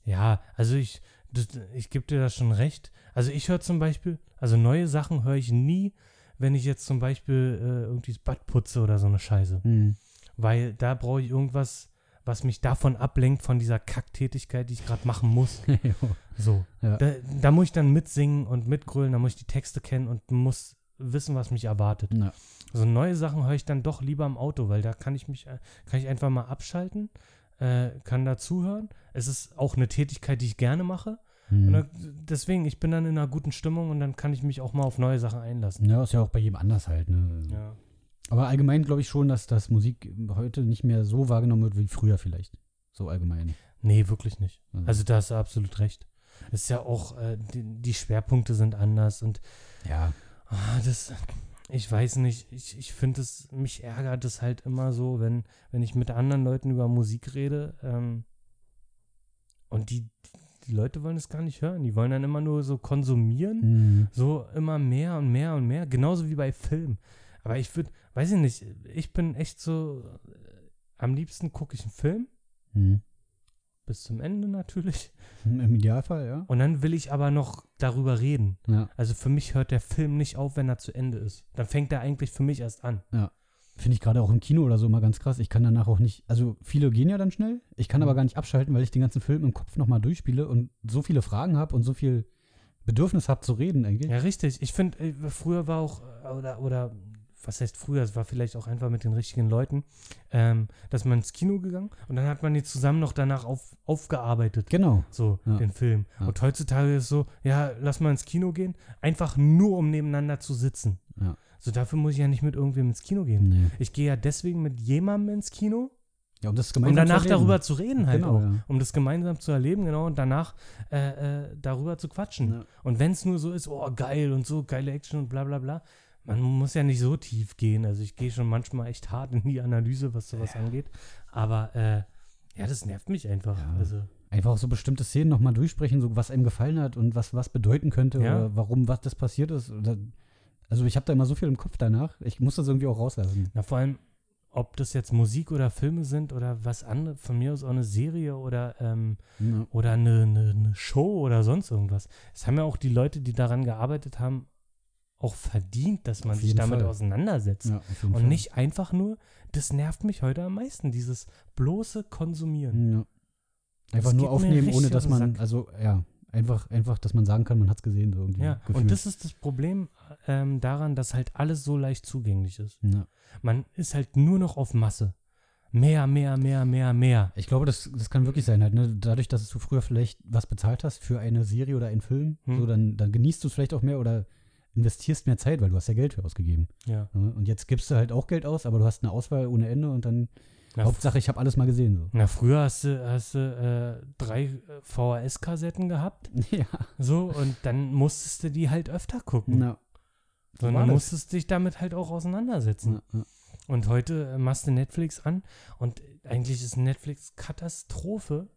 Speaker 2: äh, ja, also ich, das, ich gebe dir da schon recht. Also ich höre zum Beispiel, also neue Sachen höre ich nie, wenn ich jetzt zum Beispiel äh, irgendwie das Bad putze oder so eine Scheiße.
Speaker 3: Hm.
Speaker 2: Weil da brauche ich irgendwas, was mich davon ablenkt, von dieser Kacktätigkeit, die ich gerade machen muss.
Speaker 3: Jo.
Speaker 2: So.
Speaker 3: Ja.
Speaker 2: Da, da muss ich dann mitsingen und mitgrölen, da muss ich die Texte kennen und muss wissen, was mich erwartet.
Speaker 3: Na,
Speaker 2: So neue Sachen höre ich dann doch lieber im Auto, weil da kann ich mich, äh, kann ich einfach mal abschalten, äh, kann da zuhören. Es ist auch eine Tätigkeit, die ich gerne mache.
Speaker 3: hm.
Speaker 2: Und da, deswegen, ich bin dann in einer guten Stimmung und dann kann ich mich auch mal auf neue Sachen einlassen.
Speaker 3: ja, ist ja auch bei jedem anders halt. Ne?
Speaker 2: Ja.
Speaker 3: Aber allgemein glaube ich schon, dass, dass Musik heute nicht mehr so wahrgenommen wird wie früher vielleicht. So allgemein.
Speaker 2: Nee, wirklich nicht. Also da hast du absolut recht. Es ist ja auch, äh, die, die Schwerpunkte sind anders und
Speaker 3: ja.
Speaker 2: Ah, das, ich weiß nicht, ich, ich finde es, mich ärgert es halt immer so, wenn, wenn ich mit anderen Leuten über Musik rede ähm, und die, die Leute wollen es gar nicht hören, die wollen dann immer nur so konsumieren,
Speaker 3: Hm.
Speaker 2: so immer mehr und mehr und mehr, genauso wie bei Film. Aber ich würde, weiß ich nicht, ich bin echt so, äh, am liebsten gucke ich einen Film,
Speaker 3: Hm.
Speaker 2: bis zum Ende natürlich,
Speaker 3: Im Idealfall, ja.
Speaker 2: und dann will ich aber noch darüber reden.
Speaker 3: Ja.
Speaker 2: Also für mich hört der Film nicht auf, wenn er zu Ende ist. Dann fängt er eigentlich für mich erst an.
Speaker 3: Finde ich gerade auch im Kino oder so immer ganz krass. Ich kann danach auch nicht, also viele gehen ja dann schnell. Ich kann
Speaker 2: Mhm.
Speaker 3: aber gar nicht abschalten, weil ich den ganzen Film im Kopf nochmal durchspiele und so viele Fragen habe und so viel Bedürfnis habe zu reden eigentlich.
Speaker 2: Ja, richtig. Ich finde, früher war auch, äh, oder, oder was heißt früher, es war vielleicht auch einfach mit den richtigen Leuten, ähm, dass man ins Kino gegangen und dann hat man die zusammen noch danach auf, aufgearbeitet.
Speaker 3: Genau.
Speaker 2: So,
Speaker 3: Ja.
Speaker 2: den Film.
Speaker 3: Ja.
Speaker 2: Und heutzutage ist so, ja, lass mal ins Kino gehen, einfach nur um nebeneinander zu sitzen.
Speaker 3: Ja. Mhm.
Speaker 2: So, dafür muss ich ja nicht mit irgendwem ins Kino gehen.
Speaker 3: Nee.
Speaker 2: Ich gehe ja deswegen mit jemandem ins Kino,
Speaker 3: Ja, um das
Speaker 2: um
Speaker 3: gemeinsam
Speaker 2: danach
Speaker 3: zu reden.
Speaker 2: darüber zu reden halt
Speaker 3: genau,
Speaker 2: auch.
Speaker 3: Ja.
Speaker 2: um das gemeinsam zu erleben, genau, und danach äh, äh, darüber zu quatschen.
Speaker 3: Ja.
Speaker 2: Und wenn es nur so ist, oh, geil und so, geile Action und bla bla bla, man muss ja nicht so tief gehen. Also ich gehe schon manchmal echt hart in die Analyse, was sowas angeht. Aber äh, ja, das nervt mich einfach.
Speaker 3: Ja.
Speaker 2: Also,
Speaker 3: Einfach auch so bestimmte Szenen nochmal durchsprechen, so was einem gefallen hat und was was bedeuten könnte
Speaker 2: Ja.
Speaker 3: oder warum was das passiert ist. Oder, also ich habe da immer so viel im Kopf danach. Ich muss das irgendwie auch rauslassen.
Speaker 2: na vor allem, ob das jetzt Musik oder Filme sind oder was anderes, von mir aus auch eine Serie oder ähm,
Speaker 3: Ja.
Speaker 2: oder eine, eine, eine Show oder sonst irgendwas. Es haben ja auch die Leute, die daran gearbeitet haben, auch verdient, dass man
Speaker 3: Auf
Speaker 2: sich
Speaker 3: jeden
Speaker 2: damit
Speaker 3: Fall.
Speaker 2: auseinandersetzt.
Speaker 3: Ja, auf jeden Fall.
Speaker 2: Und nicht einfach nur, das nervt mich heute am meisten, dieses bloße Konsumieren.
Speaker 3: Ja. Einfach
Speaker 2: Das geht
Speaker 3: nur
Speaker 2: mir
Speaker 3: aufnehmen,
Speaker 2: richtig
Speaker 3: ohne
Speaker 2: auf
Speaker 3: dass
Speaker 2: den
Speaker 3: man,
Speaker 2: Sack.
Speaker 3: also ja, einfach, einfach, dass man sagen kann, man hat es gesehen, so irgendwie.
Speaker 2: Ja,
Speaker 3: gefühlt.
Speaker 2: und das ist das Problem ähm, daran, dass halt alles so leicht zugänglich ist.
Speaker 3: Ja.
Speaker 2: Man ist halt nur noch auf Masse. Mehr, mehr, mehr, mehr, mehr.
Speaker 3: Ich glaube, das, das kann wirklich sein, halt, ne? Dadurch, dass du früher vielleicht was bezahlt hast für eine Serie oder einen Film,
Speaker 2: Hm.
Speaker 3: so, dann, dann genießt du es vielleicht auch mehr oder investierst mehr Zeit, weil du hast ja Geld für ausgegeben.
Speaker 2: Ja.
Speaker 3: Ne? Und jetzt gibst du halt auch Geld aus, aber du hast eine Auswahl ohne Ende und dann
Speaker 2: Na,
Speaker 3: Hauptsache, ich habe alles mal gesehen. So.
Speaker 2: na früher hast du, hast du äh, drei äh, VHS-Kassetten gehabt,
Speaker 3: Ja.
Speaker 2: so, und dann musstest du die halt öfter gucken.
Speaker 3: Na,
Speaker 2: So, und
Speaker 3: war
Speaker 2: dann
Speaker 3: das.
Speaker 2: musstest du dich damit halt auch auseinandersetzen.
Speaker 3: na, na.
Speaker 2: Und heute äh, machst du Netflix an und eigentlich ist Netflix Katastrophe,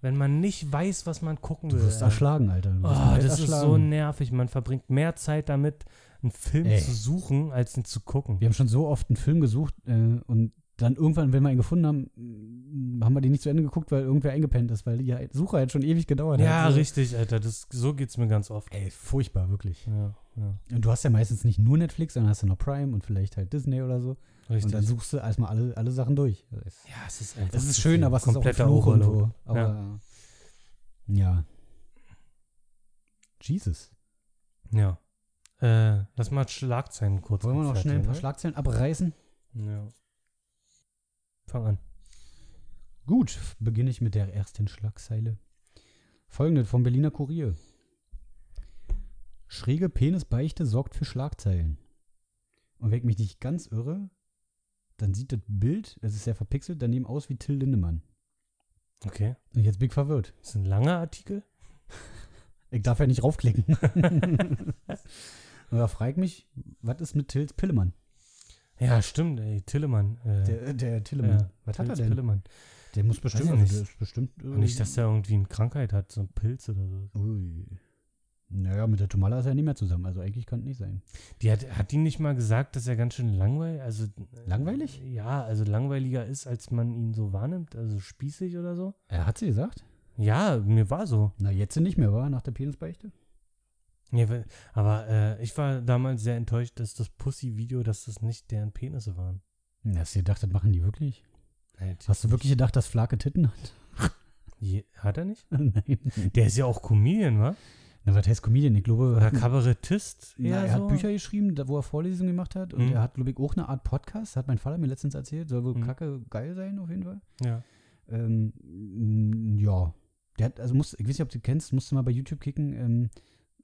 Speaker 2: wenn man nicht weiß, was man gucken
Speaker 3: Du
Speaker 2: will.
Speaker 3: wirst
Speaker 2: Alter.
Speaker 3: erschlagen, Alter. Du wirst
Speaker 2: Oh,
Speaker 3: komplett
Speaker 2: das ist so
Speaker 3: erschlagen.
Speaker 2: nervig. Man verbringt mehr Zeit damit, einen Film
Speaker 3: Ey.
Speaker 2: zu suchen, als ihn zu gucken.
Speaker 3: Wir haben schon so oft einen Film gesucht äh, und dann irgendwann, wenn wir ihn gefunden haben, mh, haben wir den nicht zu Ende geguckt, weil irgendwer eingepennt ist, weil die Suche halt schon ewig gedauert hat.
Speaker 2: Ja,
Speaker 3: Also,
Speaker 2: richtig, Alter. Das, so geht's mir ganz oft.
Speaker 3: Ey, furchtbar, wirklich.
Speaker 2: Ja, ja.
Speaker 3: Und du hast ja meistens nicht nur Netflix, sondern hast ja noch Prime und vielleicht halt Disney oder so. Und dann
Speaker 2: Richtig.
Speaker 3: suchst du erstmal alle, alle Sachen durch. Das ist,
Speaker 2: Ja, es ist einfach.
Speaker 3: es ist
Speaker 2: zu
Speaker 3: schön,
Speaker 2: viel.
Speaker 3: aber es ist auch ein
Speaker 2: Kompletter
Speaker 3: Fluch
Speaker 2: Overload.
Speaker 3: irgendwo. Aber ja. Jesus.
Speaker 2: Ja. Äh, lass mal Schlagzeilen kurz.
Speaker 3: Wollen wir noch
Speaker 2: abfertigen,
Speaker 3: schnell ein paar
Speaker 2: ne?
Speaker 3: Schlagzeilen abreißen?
Speaker 2: Ja. Fang an.
Speaker 3: Gut, beginne ich mit der ersten Schlagzeile. Folgende vom Berliner Kurier. Schräge Penisbeichte sorgt für Schlagzeilen. Und wenn ich mich nicht ganz irre, dann sieht das Bild, es ist sehr verpixelt, daneben aus wie Till Lindemann.
Speaker 2: Okay.
Speaker 3: Und jetzt bin ich verwirrt.
Speaker 2: Ist ein langer Artikel?
Speaker 3: Ich darf ja nicht raufklicken. Und da frag mich, was ist mit Tils Pillemann?
Speaker 2: Ja, stimmt, ey. Tillemann. Äh,
Speaker 3: Der, der Tillemann.
Speaker 2: ja,
Speaker 3: was hat er
Speaker 2: Tils
Speaker 3: denn?
Speaker 2: Pillemann.
Speaker 3: Der muss
Speaker 2: Weiß
Speaker 3: bestimmt.
Speaker 2: ich
Speaker 3: also
Speaker 2: nicht.
Speaker 3: Der ist bestimmt
Speaker 2: Und nicht, dass der irgendwie eine Krankheit hat, so ein Pilz oder so.
Speaker 3: Ui. Naja, mit der Tomala ist er nicht mehr zusammen. Also eigentlich kann es nicht sein.
Speaker 2: Die hat, hat die nicht mal gesagt, dass er ganz schön langweilig, also äh,
Speaker 3: Langweilig?
Speaker 2: Ja, also langweiliger ist, als man ihn so wahrnimmt, also spießig oder so.
Speaker 3: Er hat sie gesagt?
Speaker 2: Ja, mir war so.
Speaker 3: Na, jetzt nicht mehr, war Nach der Penisbeichte?
Speaker 2: Ja, weil- aber äh, ich war damals sehr enttäuscht, dass das Pussy-Video, dass das nicht deren Penisse waren.
Speaker 3: Na, hast du gedacht, das machen die wirklich?
Speaker 2: Halt,
Speaker 3: Hast du wirklich gedacht, dass Flake Titten hat?
Speaker 2: Je, hat er nicht?
Speaker 3: Nein.
Speaker 2: Der ist ja auch Comedian, wa?
Speaker 3: Na, was heißt Comedian? Ich glaube,
Speaker 2: Oder Kabarettist?
Speaker 3: Na,
Speaker 2: eher
Speaker 3: Hm. er
Speaker 2: so.
Speaker 3: hat Bücher geschrieben, da, wo er Vorlesungen gemacht hat. Und
Speaker 2: Mhm.
Speaker 3: er hat, glaube ich, auch eine Art Podcast. Hat mein Vater mir letztens erzählt. Soll wohl
Speaker 2: Mhm.
Speaker 3: kacke geil sein, auf jeden Fall.
Speaker 2: Ja.
Speaker 3: Ähm, m, ja. Der hat, also muss, ich weiß nicht, ob du kennst, musste mal bei YouTube kicken, ähm,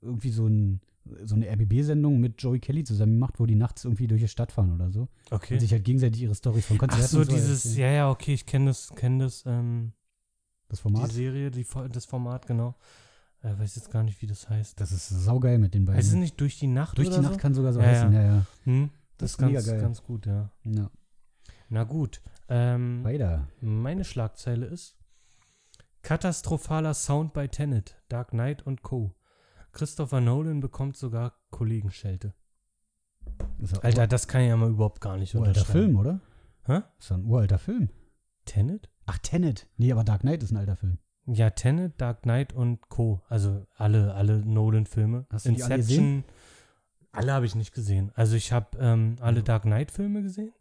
Speaker 3: irgendwie so, ein, so eine RBB-Sendung mit Joey Kelly zusammen gemacht, wo die nachts irgendwie durch die Stadt fahren oder so. Und
Speaker 2: Okay.
Speaker 3: sich halt gegenseitig ihre Storys von
Speaker 2: Ach
Speaker 3: Konzerten
Speaker 2: so,
Speaker 3: und so
Speaker 2: dieses,
Speaker 3: erzählen.
Speaker 2: ja, ja, okay, ich kenne das, kenne das, ähm,
Speaker 3: das
Speaker 2: die
Speaker 3: Format.
Speaker 2: Serie, die, Fo- das Format, genau. Äh, weiß jetzt gar nicht, wie das heißt.
Speaker 3: Das ist saugeil mit den beiden.
Speaker 2: Heißt es nicht durch die Nacht
Speaker 3: durch
Speaker 2: oder
Speaker 3: die Nacht
Speaker 2: so?
Speaker 3: kann sogar so
Speaker 2: Ja,
Speaker 3: heißen, ja, ja.
Speaker 2: Hm?
Speaker 3: Das
Speaker 2: Das,
Speaker 3: ist
Speaker 2: ist ganz,
Speaker 3: mega geil.
Speaker 2: ganz gut, ja.
Speaker 3: ja.
Speaker 2: Na gut, ähm,
Speaker 3: Weiter.
Speaker 2: meine Schlagzeile ist Katastrophaler Sound bei Tenet, Dark Knight und Co. Christopher Nolan bekommt sogar Kollegenschelte.
Speaker 3: Ist ja
Speaker 2: Alter, das kann ich ja mal überhaupt gar nicht
Speaker 3: ur uralter
Speaker 2: unterschreiben.
Speaker 3: Film, oder?
Speaker 2: Hä?
Speaker 3: Ist ja ein uralter Film.
Speaker 2: Tenet?
Speaker 3: Ach, Tenet. Nee, aber Dark Knight ist ein alter Film.
Speaker 2: Ja, Tenet, Dark Knight und Co. Also alle, alle Nolan-Filme.
Speaker 3: Hast du die alle
Speaker 2: Alle habe ich nicht gesehen. Also ich habe ähm,
Speaker 3: Also.
Speaker 2: alle Dark Knight-Filme gesehen.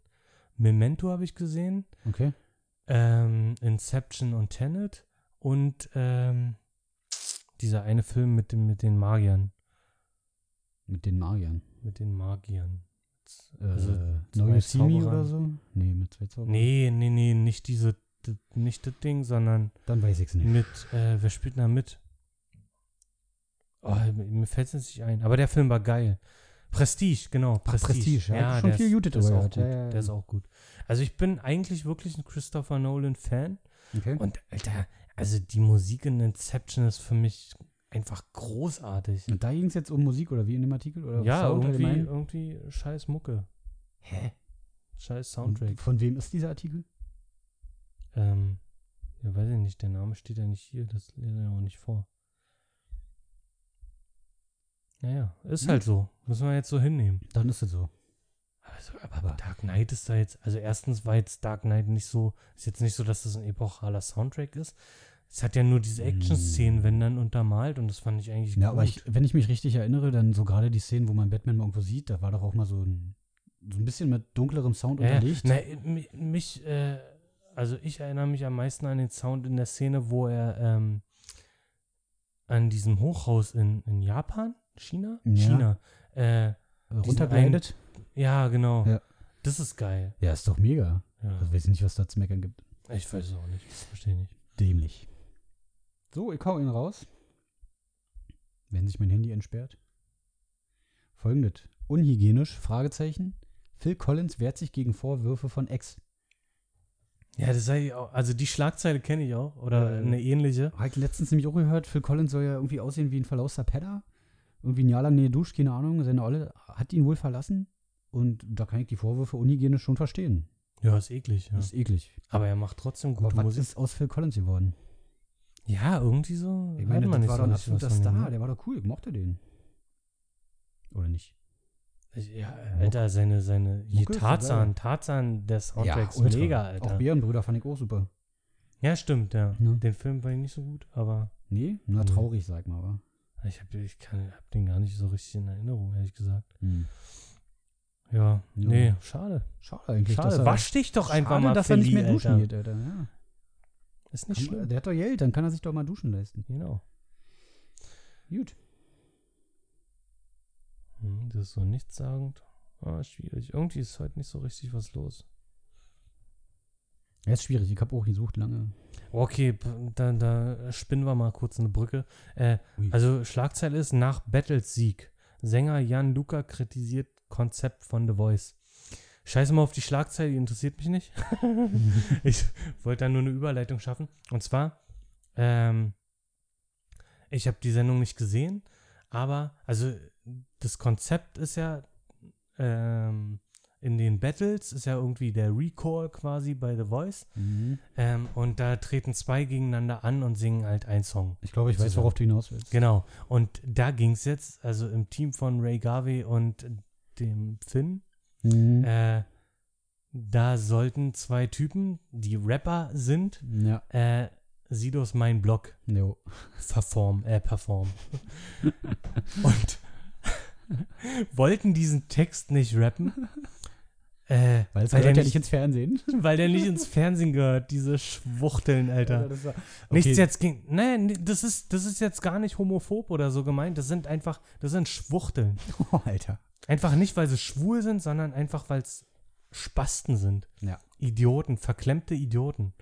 Speaker 2: Memento habe ich gesehen.
Speaker 3: Okay.
Speaker 2: Ähm, Inception und Tenet. Und ähm, dieser eine Film mit, dem, mit den Magiern.
Speaker 3: Mit den Magiern.
Speaker 2: Mit den Magiern.
Speaker 3: Äh,
Speaker 2: Also,
Speaker 3: no
Speaker 2: zwei
Speaker 3: You See Me
Speaker 2: Zauberern.
Speaker 3: oder so? Nee, mit zwei Zauberern.
Speaker 2: nee, nee, nee, nicht diese, d- nicht das Ding, sondern
Speaker 3: Dann weiß ich's nicht.
Speaker 2: mit, äh, wer spielt denn da mit? Oh, mir- mir fällt es nicht ein. Aber der Film war geil. Prestige, genau. Prestige.
Speaker 3: Prestige, ja. Schon
Speaker 2: der
Speaker 3: viel
Speaker 2: ist-
Speaker 3: Judith
Speaker 2: der ist
Speaker 3: drüber
Speaker 2: auch
Speaker 3: gehört,
Speaker 2: gut.
Speaker 3: ja, ja, ja.
Speaker 2: Der ist auch gut. Also ich bin eigentlich wirklich ein Christopher Nolan-Fan.
Speaker 3: Okay.
Speaker 2: Und Alter, also die Musik in Inception ist für mich einfach großartig.
Speaker 3: Und da ging es jetzt um Musik oder wie in dem Artikel? Oder
Speaker 2: ja,
Speaker 3: Sound
Speaker 2: irgendwie, äh,
Speaker 3: allgemein?
Speaker 2: irgendwie scheiß Mucke.
Speaker 3: Hä?
Speaker 2: Scheiß Soundtrack.
Speaker 3: Von wem ist dieser Artikel?
Speaker 2: Ähm, ja, weiß ich nicht, der Name steht ja nicht hier, das lese ich auch nicht vor. Naja, ist
Speaker 3: Hm.
Speaker 2: halt so. Müssen wir jetzt so hinnehmen.
Speaker 3: Dann ist es so.
Speaker 2: Also, aber, Dark Knight ist da jetzt, also erstens war jetzt Dark Knight nicht so, ist jetzt nicht so, dass das ein epochaler Soundtrack ist. Es hat ja nur diese
Speaker 3: Hm.
Speaker 2: Action-Szenen, wenn dann untermalt und das fand Mm. ich eigentlich
Speaker 3: Ja,
Speaker 2: gut.
Speaker 3: aber ich, wenn ich mich richtig erinnere, dann so gerade die Szenen, wo man Batman mal irgendwo sieht, da war doch auch mal so ein, so ein bisschen mit dunklerem Sound
Speaker 2: Ja,
Speaker 3: unterlegt. Äh,
Speaker 2: na, mi- mich, äh, also ich erinnere mich am meisten an den Sound in der Szene, wo er ähm, an diesem Hochhaus in, in Japan, China,
Speaker 3: Ja.
Speaker 2: China, äh,
Speaker 3: Äh,
Speaker 2: diesen
Speaker 3: Runtergeleitet.
Speaker 2: ja genau,
Speaker 3: Ja.
Speaker 2: das ist geil.
Speaker 3: Ja, ist doch mega.
Speaker 2: Ja.
Speaker 3: Also weiß ich nicht, was da zu meckern gibt.
Speaker 2: Ich weiß es auch nicht, verstehe nicht.
Speaker 3: Dämlich. So, ich hau ihn raus. Wenn sich mein Handy entsperrt. Folgendes. Unhygienisch? Fragezeichen. Phil Collins wehrt sich gegen Vorwürfe von Ex.
Speaker 2: Ja, das sei ich auch, also die Schlagzeile kenne ich auch oder
Speaker 3: Ja, ja.
Speaker 2: eine ähnliche.
Speaker 3: Habe ich letztens nämlich auch gehört, Phil Collins soll ja irgendwie aussehen wie ein verlauster Pedder. Irgendwie ein Jahr lang nee, Dusch, keine Ahnung. Seine Olle hat ihn wohl verlassen. Und da kann ich die Vorwürfe unhygienisch schon verstehen.
Speaker 2: Ja, ist eklig. Ja.
Speaker 3: Das ist eklig.
Speaker 2: Aber er macht trotzdem
Speaker 3: Aber
Speaker 2: gute
Speaker 3: was
Speaker 2: Musik.
Speaker 3: ist aus Phil Collins geworden?
Speaker 2: Ja, irgendwie so.
Speaker 3: Ich
Speaker 2: hört
Speaker 3: meine, das
Speaker 2: nicht
Speaker 3: war
Speaker 2: so
Speaker 3: doch ein
Speaker 2: richtig
Speaker 3: absoluter
Speaker 2: was von ihm,
Speaker 3: Star.
Speaker 2: ne?
Speaker 3: Der war doch cool. Ich mochte den. Oder nicht?
Speaker 2: Ja, Alter, seine, seine, hier
Speaker 3: Mucke ist so
Speaker 2: Tarzan,
Speaker 3: geil.
Speaker 2: Tarzan, der Soundtrack ist
Speaker 3: ultra.
Speaker 2: mega,
Speaker 3: Auch
Speaker 2: Alter.
Speaker 3: Bärenbrüder fand ich auch super.
Speaker 2: Ja, stimmt, ja.
Speaker 3: Ne?
Speaker 2: Den Film fand ich nicht so gut, aber
Speaker 3: Nee? Na,
Speaker 2: Nee.
Speaker 3: traurig, sag mal, wa?
Speaker 2: ich habe ich kann, hab den gar nicht so richtig in Erinnerung, ehrlich gesagt.
Speaker 3: Hm.
Speaker 2: Ja,
Speaker 3: Ja.
Speaker 2: nee, schade.
Speaker 3: Schade eigentlich. dass
Speaker 2: Schade,
Speaker 3: er,
Speaker 2: wasch dich doch einfach
Speaker 3: schade,
Speaker 2: mal,
Speaker 3: dass er nicht
Speaker 2: Feli,
Speaker 3: mehr duschen
Speaker 2: Alter.
Speaker 3: geht, äh Alter. Ja.
Speaker 2: Ist
Speaker 3: Kann-
Speaker 2: nicht schlimm.
Speaker 3: Der hat doch Geld, dann kann er sich doch mal duschen leisten.
Speaker 2: Genau.
Speaker 3: Gut.
Speaker 2: Hm, Das ist so nichtssagend. Ah, schwierig. Irgendwie ist heute nicht so richtig was los.
Speaker 3: Ja, ist schwierig, ich habe auch gesucht lange.
Speaker 2: Okay, p- dann da spinnen wir mal kurz eine Brücke. Äh,
Speaker 3: Ui.
Speaker 2: also Schlagzeile ist nach Battles Sieg. Sänger Jan Luca kritisiert Konzept von The Voice. Scheiß mal auf die Schlagzeile, die interessiert mich nicht. ich wollte da nur eine Überleitung schaffen. Und zwar, ähm, ich habe die Sendung nicht gesehen, aber also das Konzept ist ja ähm, in den Battles ist ja irgendwie der Recall quasi bei The Voice.
Speaker 3: Mhm.
Speaker 2: Ähm, und da treten zwei gegeneinander an und singen halt einen Song.
Speaker 3: Ich glaube, ich weiß,
Speaker 2: Zusammen.
Speaker 3: worauf du hinaus willst.
Speaker 2: Genau. Und da ging es jetzt, also im Team von Ray Garvey und dem Finn,
Speaker 3: Mhm.
Speaker 2: äh, da sollten zwei Typen, die Rapper sind,
Speaker 3: Ja,
Speaker 2: äh, Sidos Mein Block
Speaker 3: jo.
Speaker 2: verform, äh, perform. und wollten diesen Text nicht rappen, äh,
Speaker 3: Weil es
Speaker 2: weil, der
Speaker 3: gehört ja
Speaker 2: nicht,
Speaker 3: nicht ins Fernsehen.
Speaker 2: weil der nicht ins Fernsehen gehört, diese Schwuchteln, Alter.
Speaker 3: Das war- okay.
Speaker 2: Nichts jetzt gegen. Nee, nee, das ist, das ist jetzt gar nicht homophob oder so gemeint. Das sind einfach, das sind Schwuchteln.
Speaker 3: Oh, Alter.
Speaker 2: Einfach nicht, weil sie schwul sind, sondern einfach, weil es Spasten sind.
Speaker 3: Ja.
Speaker 2: Idioten, verklemmte Idioten.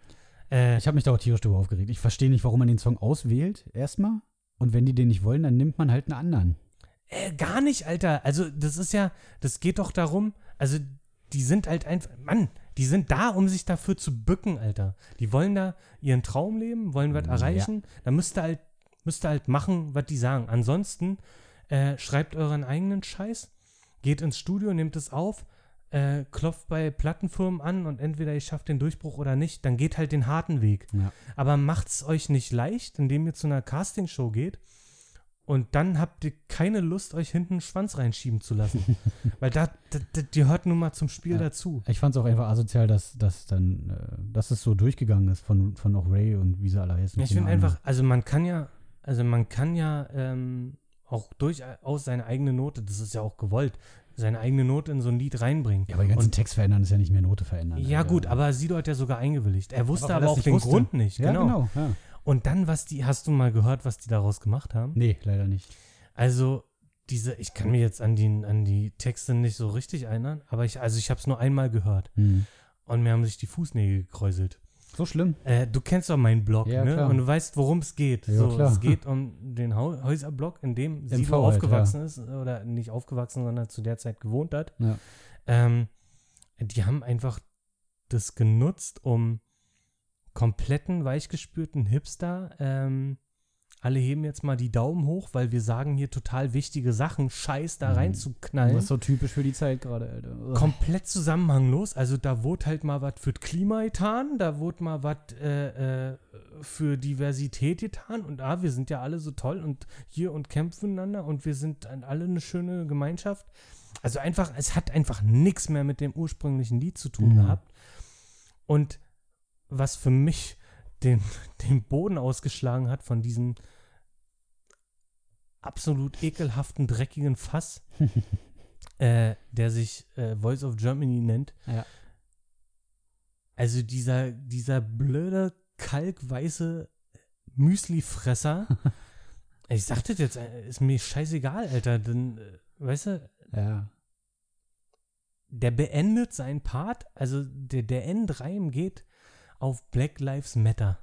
Speaker 2: Äh,
Speaker 3: Ich habe mich da auch tierisch drüber aufgeregt. Ich verstehe nicht, warum man den Song auswählt, erstmal. Und wenn die den nicht wollen, dann nimmt man halt einen anderen.
Speaker 2: äh, gar nicht, Alter. Also, das ist ja, das geht doch darum, also, die sind halt einfach, Mann, die sind da, um sich dafür zu bücken, Alter. Die wollen da ihren Traum leben, wollen was
Speaker 3: Ja.
Speaker 2: erreichen. Da müsst ihr halt, müsst ihr halt machen, was die sagen. Ansonsten äh, schreibt euren eigenen Scheiß, geht ins Studio, nehmt es auf, äh, klopft bei Plattenfirmen an und entweder ihr schafft den Durchbruch oder nicht, dann geht halt den harten Weg.
Speaker 3: Ja.
Speaker 2: Aber macht's euch nicht leicht, indem ihr zu einer Castingshow geht und dann habt ihr keine Lust, euch hinten einen Schwanz reinschieben zu lassen. Weil da, da, da, die hört nun mal zum Spiel
Speaker 3: Ja.
Speaker 2: dazu.
Speaker 3: Ich fand es auch einfach asozial, dass, dass dann, äh, dass es so durchgegangen ist von, von auch Ray und wie sie alle heißen.
Speaker 2: Ja, ich
Speaker 3: keine
Speaker 2: finde
Speaker 3: Ahnung.
Speaker 2: einfach, also man kann ja, also man kann ja ähm, auch durchaus seine eigene Note, das ist ja auch gewollt, seine eigene Note in so ein Lied reinbringen.
Speaker 3: Ja, aber den ganzen
Speaker 2: Und-
Speaker 3: Text verändern ist ja nicht mehr Note verändern.
Speaker 2: ja
Speaker 3: Alter.
Speaker 2: gut, aber Sido hat ja sogar eingewilligt. Er wusste
Speaker 3: weil
Speaker 2: aber,
Speaker 3: er's
Speaker 2: auch
Speaker 3: nicht
Speaker 2: den
Speaker 3: wusste.
Speaker 2: Grund nicht.
Speaker 3: Ja,
Speaker 2: genau.
Speaker 3: genau. ja.
Speaker 2: Und dann, was die, hast du mal gehört, was die daraus gemacht haben?
Speaker 3: Nee, leider nicht.
Speaker 2: Also diese, ich kann mir jetzt an die, an die Texte nicht so richtig erinnern, aber ich, also ich habe es nur einmal gehört
Speaker 3: Hm.
Speaker 2: und mir haben sich die Fußnägel gekräuselt.
Speaker 3: So schlimm.
Speaker 2: Äh, du kennst doch meinen Blog,
Speaker 3: Ja,
Speaker 2: ne?
Speaker 3: klar.
Speaker 2: Und du weißt, worum es geht.
Speaker 3: Ja,
Speaker 2: so,
Speaker 3: klar.
Speaker 2: Es geht um den Hau Häuserblock, in dem
Speaker 3: MV
Speaker 2: Sido
Speaker 3: halt,
Speaker 2: aufgewachsen ist, oder nicht aufgewachsen, sondern zu der Zeit gewohnt hat.
Speaker 3: Ja.
Speaker 2: Ähm, die haben einfach das genutzt, um kompletten, weichgespürten Hipster, ähm, alle heben jetzt mal die Daumen hoch, weil wir sagen hier total wichtige Sachen, Scheiß da
Speaker 3: Mhm.
Speaker 2: reinzuknallen
Speaker 3: Das ist so typisch für die Zeit gerade, Alter. Ugh.
Speaker 2: komplett zusammenhanglos. Also da wurde halt mal was für das Klima getan, da wurde mal was äh, äh, für Diversität getan und ah, wir sind ja alle so toll und hier und kämpfen einander und wir sind an- alle eine schöne Gemeinschaft. Also einfach, es hat einfach nichts mehr mit dem ursprünglichen Lied zu tun
Speaker 3: Mhm.
Speaker 2: gehabt. Und was für mich den, den Boden ausgeschlagen hat von diesem absolut ekelhaften, dreckigen Fass, äh, der sich äh, Voice of Germany nennt.
Speaker 3: Ja.
Speaker 2: Also dieser, dieser blöde, kalkweiße Müslifresser. ich sag das jetzt, äh, ist mir scheißegal, Alter. Denn, äh, weißt du,
Speaker 3: Ja.
Speaker 2: der beendet seinen Part, also der, der N3 geht auf Black Lives Matter.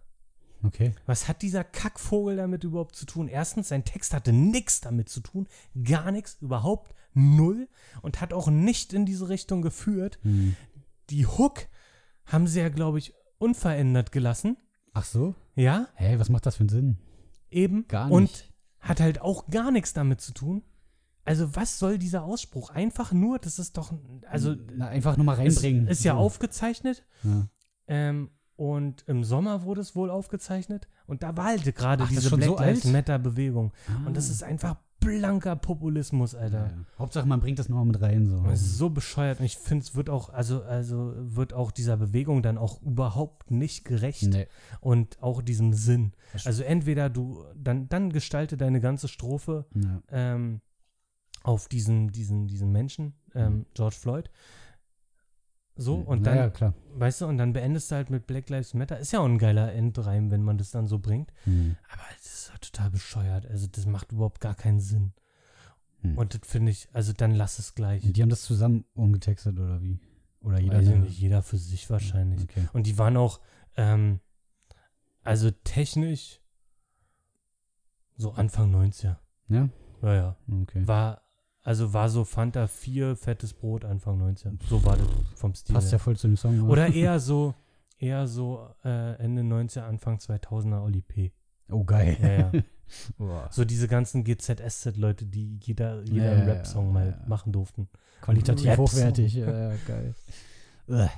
Speaker 3: Okay.
Speaker 2: Was hat dieser Kackvogel damit überhaupt zu tun? Erstens, sein Text hatte nichts damit zu tun, gar nichts, überhaupt null und hat auch nicht in diese Richtung geführt.
Speaker 3: Hm.
Speaker 2: Die Hook haben sie ja, glaube ich, unverändert gelassen.
Speaker 3: Ach so?
Speaker 2: Ja,
Speaker 3: Hey, was macht das für einen Sinn?
Speaker 2: eben.
Speaker 3: Gar
Speaker 2: Und
Speaker 3: nicht.
Speaker 2: hat halt auch gar nichts damit zu tun. Also was soll dieser Ausspruch? Einfach nur, das ist doch, also
Speaker 3: Na, einfach nur mal
Speaker 2: es
Speaker 3: reinbringen.
Speaker 2: ist ja
Speaker 3: Hm, So.
Speaker 2: aufgezeichnet
Speaker 3: Ja.
Speaker 2: ähm, Und im Sommer wurde es wohl aufgezeichnet. Und da war halt gerade
Speaker 3: Ach, das ist
Speaker 2: diese
Speaker 3: schon
Speaker 2: Black
Speaker 3: so
Speaker 2: Lives
Speaker 3: alt?
Speaker 2: Matter Bewegung.
Speaker 3: Ah.
Speaker 2: Und das ist einfach blanker Populismus, Alter.
Speaker 3: Ja. Hauptsache, man bringt das nochmal mit rein. So.
Speaker 2: Das ist so bescheuert. Und ich finde, es wird auch, also, also wird auch dieser Bewegung dann auch überhaupt nicht gerecht.
Speaker 3: Nee.
Speaker 2: Und auch diesem Sinn.
Speaker 3: Das
Speaker 2: Also entweder du, dann, dann gestalte deine ganze Strophe
Speaker 3: Ja.
Speaker 2: ähm, auf diesen, diesen, diesen Menschen, ähm, George Floyd. So, und dann,
Speaker 3: Naja, klar.
Speaker 2: weißt du, und dann beendest du halt mit Black Lives Matter. Ist ja auch ein geiler Endreim, wenn man das dann so bringt.
Speaker 3: Hm.
Speaker 2: Aber das ist ja total bescheuert. Also das macht überhaupt gar keinen Sinn.
Speaker 3: Hm.
Speaker 2: Und das finde ich, also dann lass es gleich.
Speaker 3: Die haben das zusammen umgetextet oder wie? Oder jeder? Mhm.
Speaker 2: Weiß ich
Speaker 3: eine-
Speaker 2: nicht, jeder für sich wahrscheinlich.
Speaker 3: Okay.
Speaker 2: Und die waren auch, ähm, also technisch so Anfang 90er.
Speaker 3: Ja?
Speaker 2: Ja, ja.
Speaker 3: Okay.
Speaker 2: War, also war so Fanta 4, fettes Brot Anfang 90er. So war das vom Stil.
Speaker 3: Passt ja
Speaker 2: her.
Speaker 3: voll zu dem Song.
Speaker 2: Oder eher so, eher so äh, Ende 90er, Anfang 2000er Oli P.
Speaker 3: Oh, geil.
Speaker 2: Ja, ja.
Speaker 3: Boah.
Speaker 2: So diese ganzen GZSZ-Leute, die jeder, jeder
Speaker 3: Ja,
Speaker 2: einen
Speaker 3: ja,
Speaker 2: Rap-Song
Speaker 3: ja,
Speaker 2: mal
Speaker 3: ja.
Speaker 2: machen durften.
Speaker 3: Qualitativ
Speaker 2: Raps.
Speaker 3: hochwertig. äh. Ja, ja, geil. Ugh. Ja,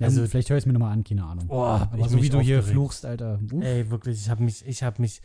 Speaker 2: Also-
Speaker 3: also, vielleicht höre ich es mir nochmal an, keine Ahnung.
Speaker 2: Boah, hab
Speaker 3: Aber
Speaker 2: ich
Speaker 3: so wie
Speaker 2: mich
Speaker 3: du hier
Speaker 2: aufgeregt. Äh,
Speaker 3: fluchst, Alter. Uff.
Speaker 2: Ey, wirklich, ich habe mich, ich habe mich,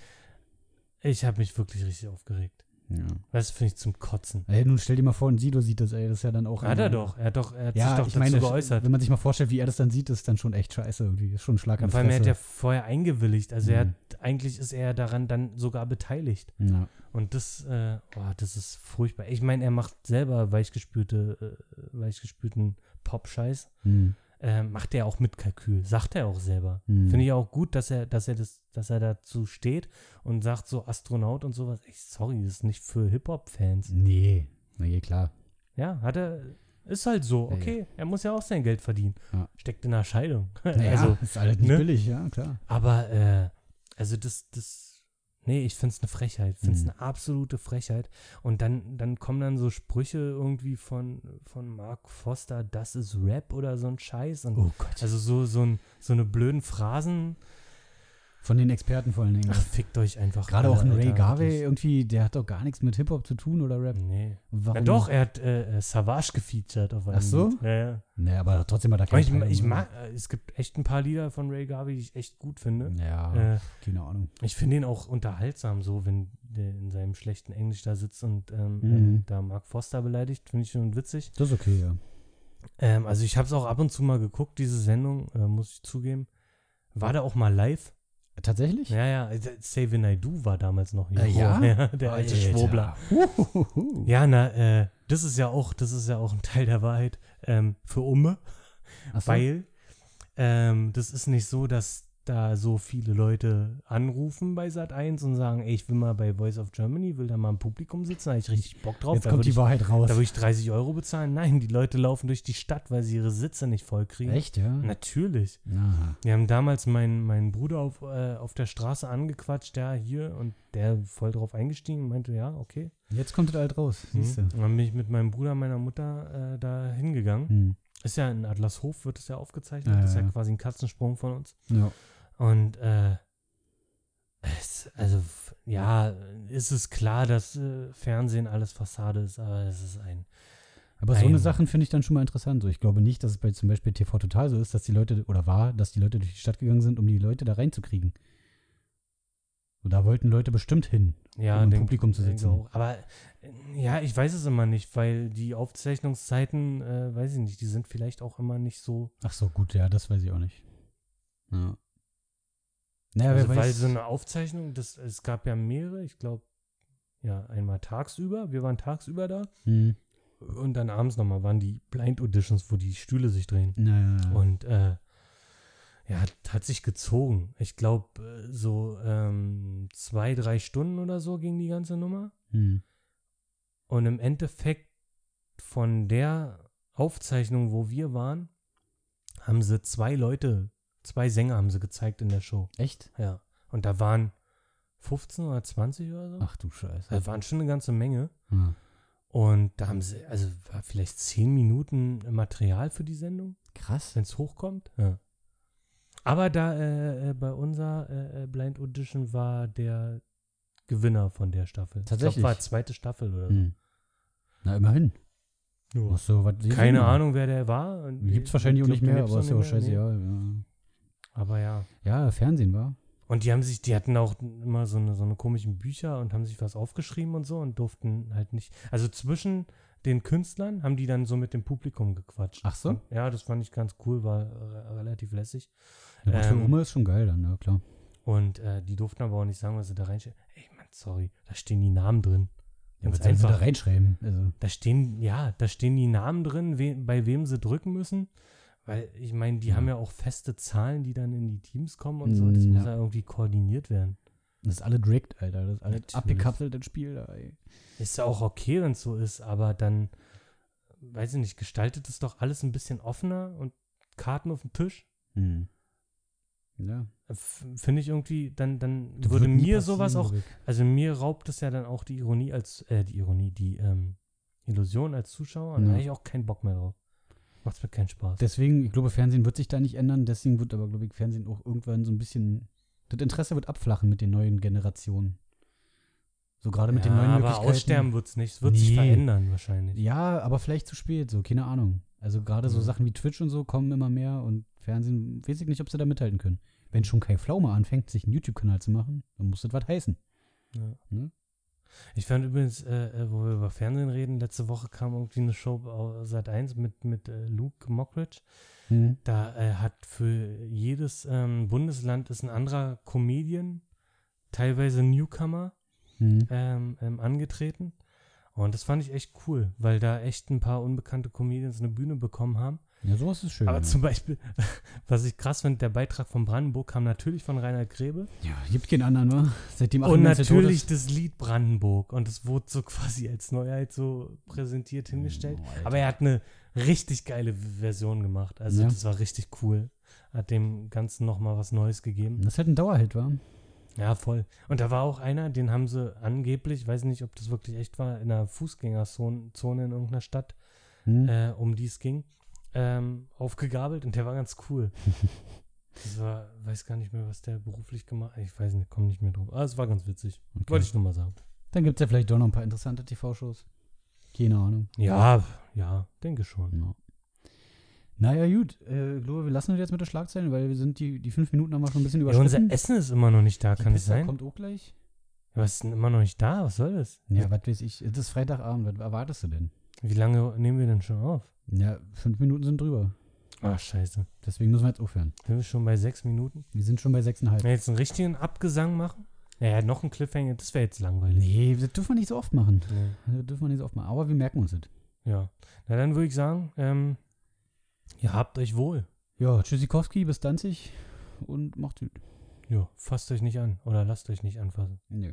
Speaker 2: ich habe mich wirklich richtig aufgeregt.
Speaker 3: Ja.
Speaker 2: Das finde ich zum Kotzen.
Speaker 3: Ey, nun stell dir mal vor, ein Sido sieht das, ey. Das ist ja dann auch.
Speaker 2: Hat er
Speaker 3: ein-
Speaker 2: doch. Er hat doch, er hat
Speaker 3: Ja,
Speaker 2: sich doch
Speaker 3: ich
Speaker 2: dazu
Speaker 3: meine,
Speaker 2: geäußert.
Speaker 3: wenn man sich mal vorstellt, wie er das dann sieht, ist dann schon echt scheiße irgendwie. Ist schon ein Schlag in
Speaker 2: Ja,
Speaker 3: die
Speaker 2: vor allem, er hat ja
Speaker 3: Fresse.
Speaker 2: vorher eingewilligt. Also er
Speaker 3: Mhm.
Speaker 2: hat, eigentlich ist er daran dann sogar beteiligt.
Speaker 3: Ja.
Speaker 2: Und das, äh, boah, das ist furchtbar. Ich meine, er macht selber weichgespülte, äh, weichgespülten Pop-Scheiß.
Speaker 3: Hm.
Speaker 2: Äh, macht er auch mit Kalkül. Sagt er auch selber.
Speaker 3: Hm.
Speaker 2: Finde ich auch gut, dass er, dass er das, dass er dazu steht und sagt so Astronaut und sowas. Ey, sorry, das ist nicht für
Speaker 3: Mhm.
Speaker 2: Hip-Hop-Fans.
Speaker 3: Nee. Nee, klar.
Speaker 2: Ja, hat er. Ist halt so,
Speaker 3: Ja,
Speaker 2: okay. Er muss ja auch sein Geld verdienen.
Speaker 3: Ja.
Speaker 2: Steckt in der Scheidung.
Speaker 3: Naja,
Speaker 2: Also,
Speaker 3: ist alles nicht
Speaker 2: ne?
Speaker 3: billig, ja, klar.
Speaker 2: aber, äh, also das, das. Nee, ich find's eine Frechheit. Find's
Speaker 3: Mhm.
Speaker 2: eine absolute Frechheit. Und dann, dann kommen dann so Sprüche irgendwie von, von Mark Foster, das ist Rap oder so ein Scheiß. Und
Speaker 3: Oh Gott.
Speaker 2: also so, so, ein, so eine blöden Phrasen.
Speaker 3: Von den Experten vor allen Dingen.
Speaker 2: Ach, fickt euch einfach.
Speaker 3: Gerade
Speaker 2: alle,
Speaker 3: auch ein Ray
Speaker 2: Alter,
Speaker 3: Garvey
Speaker 2: wirklich.
Speaker 3: irgendwie, der hat doch gar nichts mit Hip-Hop zu tun oder Rap.
Speaker 2: Nee.
Speaker 3: Warum?
Speaker 2: Na doch, er hat äh, äh, Savage gefeatured auf einem
Speaker 3: Ach so?
Speaker 2: Lied. Ja, ja.
Speaker 3: Nee, aber trotzdem hat er
Speaker 2: Aber
Speaker 3: keine
Speaker 2: ich,
Speaker 3: Peilung,
Speaker 2: ich
Speaker 3: oder?
Speaker 2: mag, äh, es gibt echt ein paar Lieder von Ray Garvey, die ich echt gut finde.
Speaker 3: Ja,
Speaker 2: Äh,
Speaker 3: keine Ahnung.
Speaker 2: ich finde ihn auch unterhaltsam, so wenn der in seinem schlechten Englisch da sitzt und ähm,
Speaker 3: Mhm.
Speaker 2: äh, da Mark Foster beleidigt, finde ich schon witzig.
Speaker 3: Das ist okay, ja.
Speaker 2: Ähm, also ich habe es auch ab und zu mal geguckt, diese Sendung, äh, muss ich zugeben. War da auch mal live?
Speaker 3: Tatsächlich?
Speaker 2: Ja, ja, äh, Say When I Do war damals noch hier.
Speaker 3: Äh, ja?
Speaker 2: der alte
Speaker 3: Alter.
Speaker 2: Schwurbler.
Speaker 3: Huhuhu.
Speaker 2: Ja, na, äh, das ist ja auch, das ist ja auch ein Teil der Wahrheit ähm, für Umme.
Speaker 3: Ach so.
Speaker 2: Weil ähm, das ist nicht so, dass da so viele Leute anrufen bei Sat 1 und sagen, ey, ich will mal bei Voice of Germany, will da mal im Publikum sitzen, da habe ich richtig Bock drauf.
Speaker 3: Jetzt
Speaker 2: da
Speaker 3: kommt
Speaker 2: würde
Speaker 3: die
Speaker 2: ich,
Speaker 3: Wahrheit
Speaker 2: da
Speaker 3: raus.
Speaker 2: würde ich 30 Euro bezahlen. Nein, die Leute laufen durch die Stadt, weil sie ihre Sitze nicht voll kriegen.
Speaker 3: Echt, ja?
Speaker 2: Natürlich.
Speaker 3: Na.
Speaker 2: Wir haben damals meinen, meinen Bruder auf, äh, auf der Straße angequatscht, der hier und der voll drauf eingestiegen, meinte, ja, okay.
Speaker 3: Jetzt kommt das halt raus,
Speaker 2: Mhm.
Speaker 3: siehst du.
Speaker 2: Und dann bin ich mit meinem Bruder, und meiner Mutter äh, da hingegangen.
Speaker 3: Hm.
Speaker 2: Ist ja in Adlershof, wird es ja aufgezeichnet.
Speaker 3: Ja,
Speaker 2: das ist ja,
Speaker 3: ja.
Speaker 2: quasi ein Katzensprung von uns.
Speaker 3: Ja.
Speaker 2: Und äh, es, also f- ja, ist es klar, dass äh, Fernsehen alles Fassade ist, aber es ist ein.
Speaker 3: Aber so eine
Speaker 2: Ein-
Speaker 3: Sachen finde ich dann schon mal interessant. So, ich glaube nicht, dass es bei zum Beispiel TV Total so ist, dass die Leute, oder war, dass die Leute durch die Stadt gegangen sind, um die Leute da reinzukriegen. So, da wollten Leute bestimmt hin.
Speaker 2: Ja,
Speaker 3: Um im
Speaker 2: denk-
Speaker 3: Publikum zu
Speaker 2: denke
Speaker 3: sitzen.
Speaker 2: Auch. Aber äh, ja, ich weiß es immer nicht, weil die Aufzeichnungszeiten, äh, weiß ich nicht, die sind vielleicht auch immer nicht so.
Speaker 3: Ach so, gut, ja, das weiß ich auch nicht. Ja. Naja,
Speaker 2: also,
Speaker 3: wer
Speaker 2: weil
Speaker 3: weiß.
Speaker 2: so eine Aufzeichnung, das, es gab ja mehrere, ich glaube, ja, einmal tagsüber, wir waren tagsüber da.
Speaker 3: hm.
Speaker 2: Und dann abends nochmal waren die Blind Auditions, wo die Stühle sich drehen.
Speaker 3: Naja.
Speaker 2: Und äh, ja, hat, hat sich gezogen. Ich glaube, so ähm, zwei, drei Stunden oder so ging die ganze Nummer.
Speaker 3: hm.
Speaker 2: Und im Endeffekt von der Aufzeichnung, wo wir waren, haben sie zwei Leute, zwei Sänger haben sie gezeigt in der Show.
Speaker 3: Echt?
Speaker 2: Ja. Und da waren 15 oder 20 oder so.
Speaker 3: Ach du Scheiße.
Speaker 2: Da waren schon eine ganze Menge.
Speaker 3: Ja.
Speaker 2: Und da haben sie, also war vielleicht zehn Minuten Material für die Sendung,
Speaker 3: Krass.
Speaker 2: wenn es hochkommt. Ja. Aber da äh, äh, bei unserer äh, äh, Blind Audition war der Gewinner von der Staffel. Ich
Speaker 3: Tatsächlich?
Speaker 2: glaub, war zweite Staffel oder so.
Speaker 3: Hm. Na, immerhin.
Speaker 2: Ja.
Speaker 3: Ach so, was Hm.
Speaker 2: Keine Ahnung, wer der war. Und,
Speaker 3: Gibt es
Speaker 2: äh,
Speaker 3: wahrscheinlich auch
Speaker 2: ich
Speaker 3: nicht
Speaker 2: glaub, den
Speaker 3: mehr,
Speaker 2: gibt's
Speaker 3: aber
Speaker 2: auch
Speaker 3: ist ja auch
Speaker 2: nicht mehr, ne?
Speaker 3: scheißegal. Ja.
Speaker 2: Aber ja.
Speaker 3: Ja, Fernsehen war.
Speaker 2: Und die haben sich, die hatten auch immer so eine, so eine komischen Bücher und haben sich was aufgeschrieben und so und durften halt nicht. Also zwischen den Künstlern haben die dann so mit dem Publikum gequatscht.
Speaker 3: Ach so.
Speaker 2: Ja, das fand ich ganz cool, war re- relativ lässig.
Speaker 3: Ja, gut, für
Speaker 2: Ähm.
Speaker 3: Oma ist schon geil dann, ja klar.
Speaker 2: Und äh, die durften aber auch nicht sagen, was sie da reinschreiben. Ey, Mann, sorry, da stehen die Namen drin.
Speaker 3: Ja,
Speaker 2: Ganz
Speaker 3: was sollen sie da
Speaker 2: einfach.
Speaker 3: reinschreiben? Also,
Speaker 2: Da stehen, ja, da stehen die Namen drin, we bei wem sie drücken müssen. Weil ich meine, die
Speaker 3: Ja.
Speaker 2: haben ja auch feste Zahlen, die dann in die Teams kommen und so. Das
Speaker 3: Mm,
Speaker 2: muss
Speaker 3: ja.
Speaker 2: ja irgendwie koordiniert werden.
Speaker 3: das ist alles rigged, Alter. Das ist alles
Speaker 2: Natürlich.
Speaker 3: abgekapselt, das Spiel da, ey.
Speaker 2: Ist ja auch okay, wenn es so ist, aber dann, weiß ich nicht, gestaltet es doch alles ein bisschen offener und Karten auf dem Tisch. Äh,
Speaker 3: Hm. Ja.
Speaker 2: F- Finde ich irgendwie, dann, dann
Speaker 3: Das
Speaker 2: würde
Speaker 3: wird nie
Speaker 2: mir sowas
Speaker 3: passieren,
Speaker 2: auch,
Speaker 3: Rick.
Speaker 2: also mir raubt es ja dann auch die Ironie als, äh, die Ironie, die ähm, Illusion als Zuschauer und da
Speaker 3: Ja.
Speaker 2: habe ich auch keinen Bock mehr drauf. Macht's mir keinen Spaß.
Speaker 3: Deswegen, ich glaube, Fernsehen wird sich da nicht ändern. Deswegen wird aber, glaube ich, Fernsehen auch irgendwann so ein bisschen. Das Interesse wird abflachen mit den neuen Generationen. So gerade mit den
Speaker 2: Ja,
Speaker 3: neuen
Speaker 2: aber
Speaker 3: Möglichkeiten.
Speaker 2: aussterben wird es nicht, es wird sich
Speaker 3: Nee.
Speaker 2: verändern wahrscheinlich.
Speaker 3: Ja, aber vielleicht zu spät, so, keine Ahnung. Also gerade so
Speaker 2: Mhm.
Speaker 3: Sachen wie Twitch und so kommen immer mehr und Fernsehen, weiß ich nicht, ob sie da mithalten können. Wenn schon Kai Pflaume anfängt, sich einen YouTube-Kanal zu machen, dann muss das was heißen.
Speaker 2: Ja.
Speaker 3: Ne?
Speaker 2: Ich fand übrigens, äh, äh, wo wir über Fernsehen reden, letzte Woche kam irgendwie eine Show auf Sat 1 mit, mit äh, Luke Mockridge. Da äh, hat für jedes ähm, Bundesland ist ein anderer Comedian, teilweise Newcomer,
Speaker 3: Mhm.
Speaker 2: ähm, ähm, angetreten. Und das fand ich echt cool, weil da echt ein paar unbekannte Comedians eine Bühne bekommen haben.
Speaker 3: Ja, sowas ist schön.
Speaker 2: Aber
Speaker 3: ja.
Speaker 2: zum Beispiel, was ich krass finde, der Beitrag von Brandenburg kam natürlich von Reinhard Grebe.
Speaker 3: ja, gibt keinen anderen, wa? Seitdem
Speaker 2: Und
Speaker 3: 98 tot
Speaker 2: natürlich
Speaker 3: ist.
Speaker 2: das Lied Brandenburg. Und es wurde so quasi als Neuheit so präsentiert hingestellt.
Speaker 3: Oh, Alter.
Speaker 2: Aber er hat eine richtig geile Version gemacht. Also
Speaker 3: Ja.
Speaker 2: das war richtig cool. Hat dem Ganzen nochmal was Neues gegeben.
Speaker 3: Das ist halt ein Dauerhit, war.
Speaker 2: Ja, voll. Und da war auch einer, den haben sie angeblich, weiß nicht, ob das wirklich echt war, in einer Fußgängerzone Zone in irgendeiner Stadt,
Speaker 3: Mhm.
Speaker 2: äh, um die es ging, ähm, aufgegabelt und der war ganz cool. Das war, weiß gar nicht mehr, was der beruflich gemacht hat. Ich weiß nicht, komme nicht mehr drauf. Aber es war ganz witzig.
Speaker 3: Okay.
Speaker 2: Wollte ich nur mal sagen.
Speaker 3: Dann gibt es ja vielleicht doch noch ein paar interessante TV-Shows. Keine Ahnung.
Speaker 2: Ja, ja, denke schon.
Speaker 3: Ja. Naja, gut. Äh, ich glaube, wir lassen das jetzt mit der Schlagzeile, weil wir sind die, die fünf Minuten haben wir schon ein bisschen
Speaker 2: Ja, unser
Speaker 3: überschritten.
Speaker 2: Essen ist immer noch nicht da,
Speaker 3: Die
Speaker 2: kann es
Speaker 3: Pizza
Speaker 2: sein?
Speaker 3: kommt auch gleich.
Speaker 2: Was ist denn immer noch nicht da? Was soll das?
Speaker 3: Ja, was weiß ich. Es ist Freitagabend. Was erwartest du denn?
Speaker 2: Wie lange nehmen wir denn schon auf?
Speaker 3: Ja, fünf Minuten sind drüber. Ah.
Speaker 2: Ach, scheiße.
Speaker 3: Deswegen müssen wir jetzt aufhören.
Speaker 2: Sind wir schon bei sechs Minuten?
Speaker 3: Wir sind schon bei sechseinhalb.
Speaker 2: Wenn wir jetzt einen richtigen Abgesang machen? Naja, noch einen Cliffhanger, das wäre jetzt langweilig.
Speaker 3: Nee, das dürfen wir nicht so oft machen.
Speaker 2: Nee.
Speaker 3: Das dürfen wir nicht so oft machen. Aber wir merken uns das.
Speaker 2: Ja. Na, dann würde ich sagen, ähm, ihr habt euch wohl.
Speaker 3: Ja, Tschüssikowski, bis Danzig und macht's gut.
Speaker 2: Ja, fasst euch nicht an oder lasst euch nicht anfassen.
Speaker 3: Nö.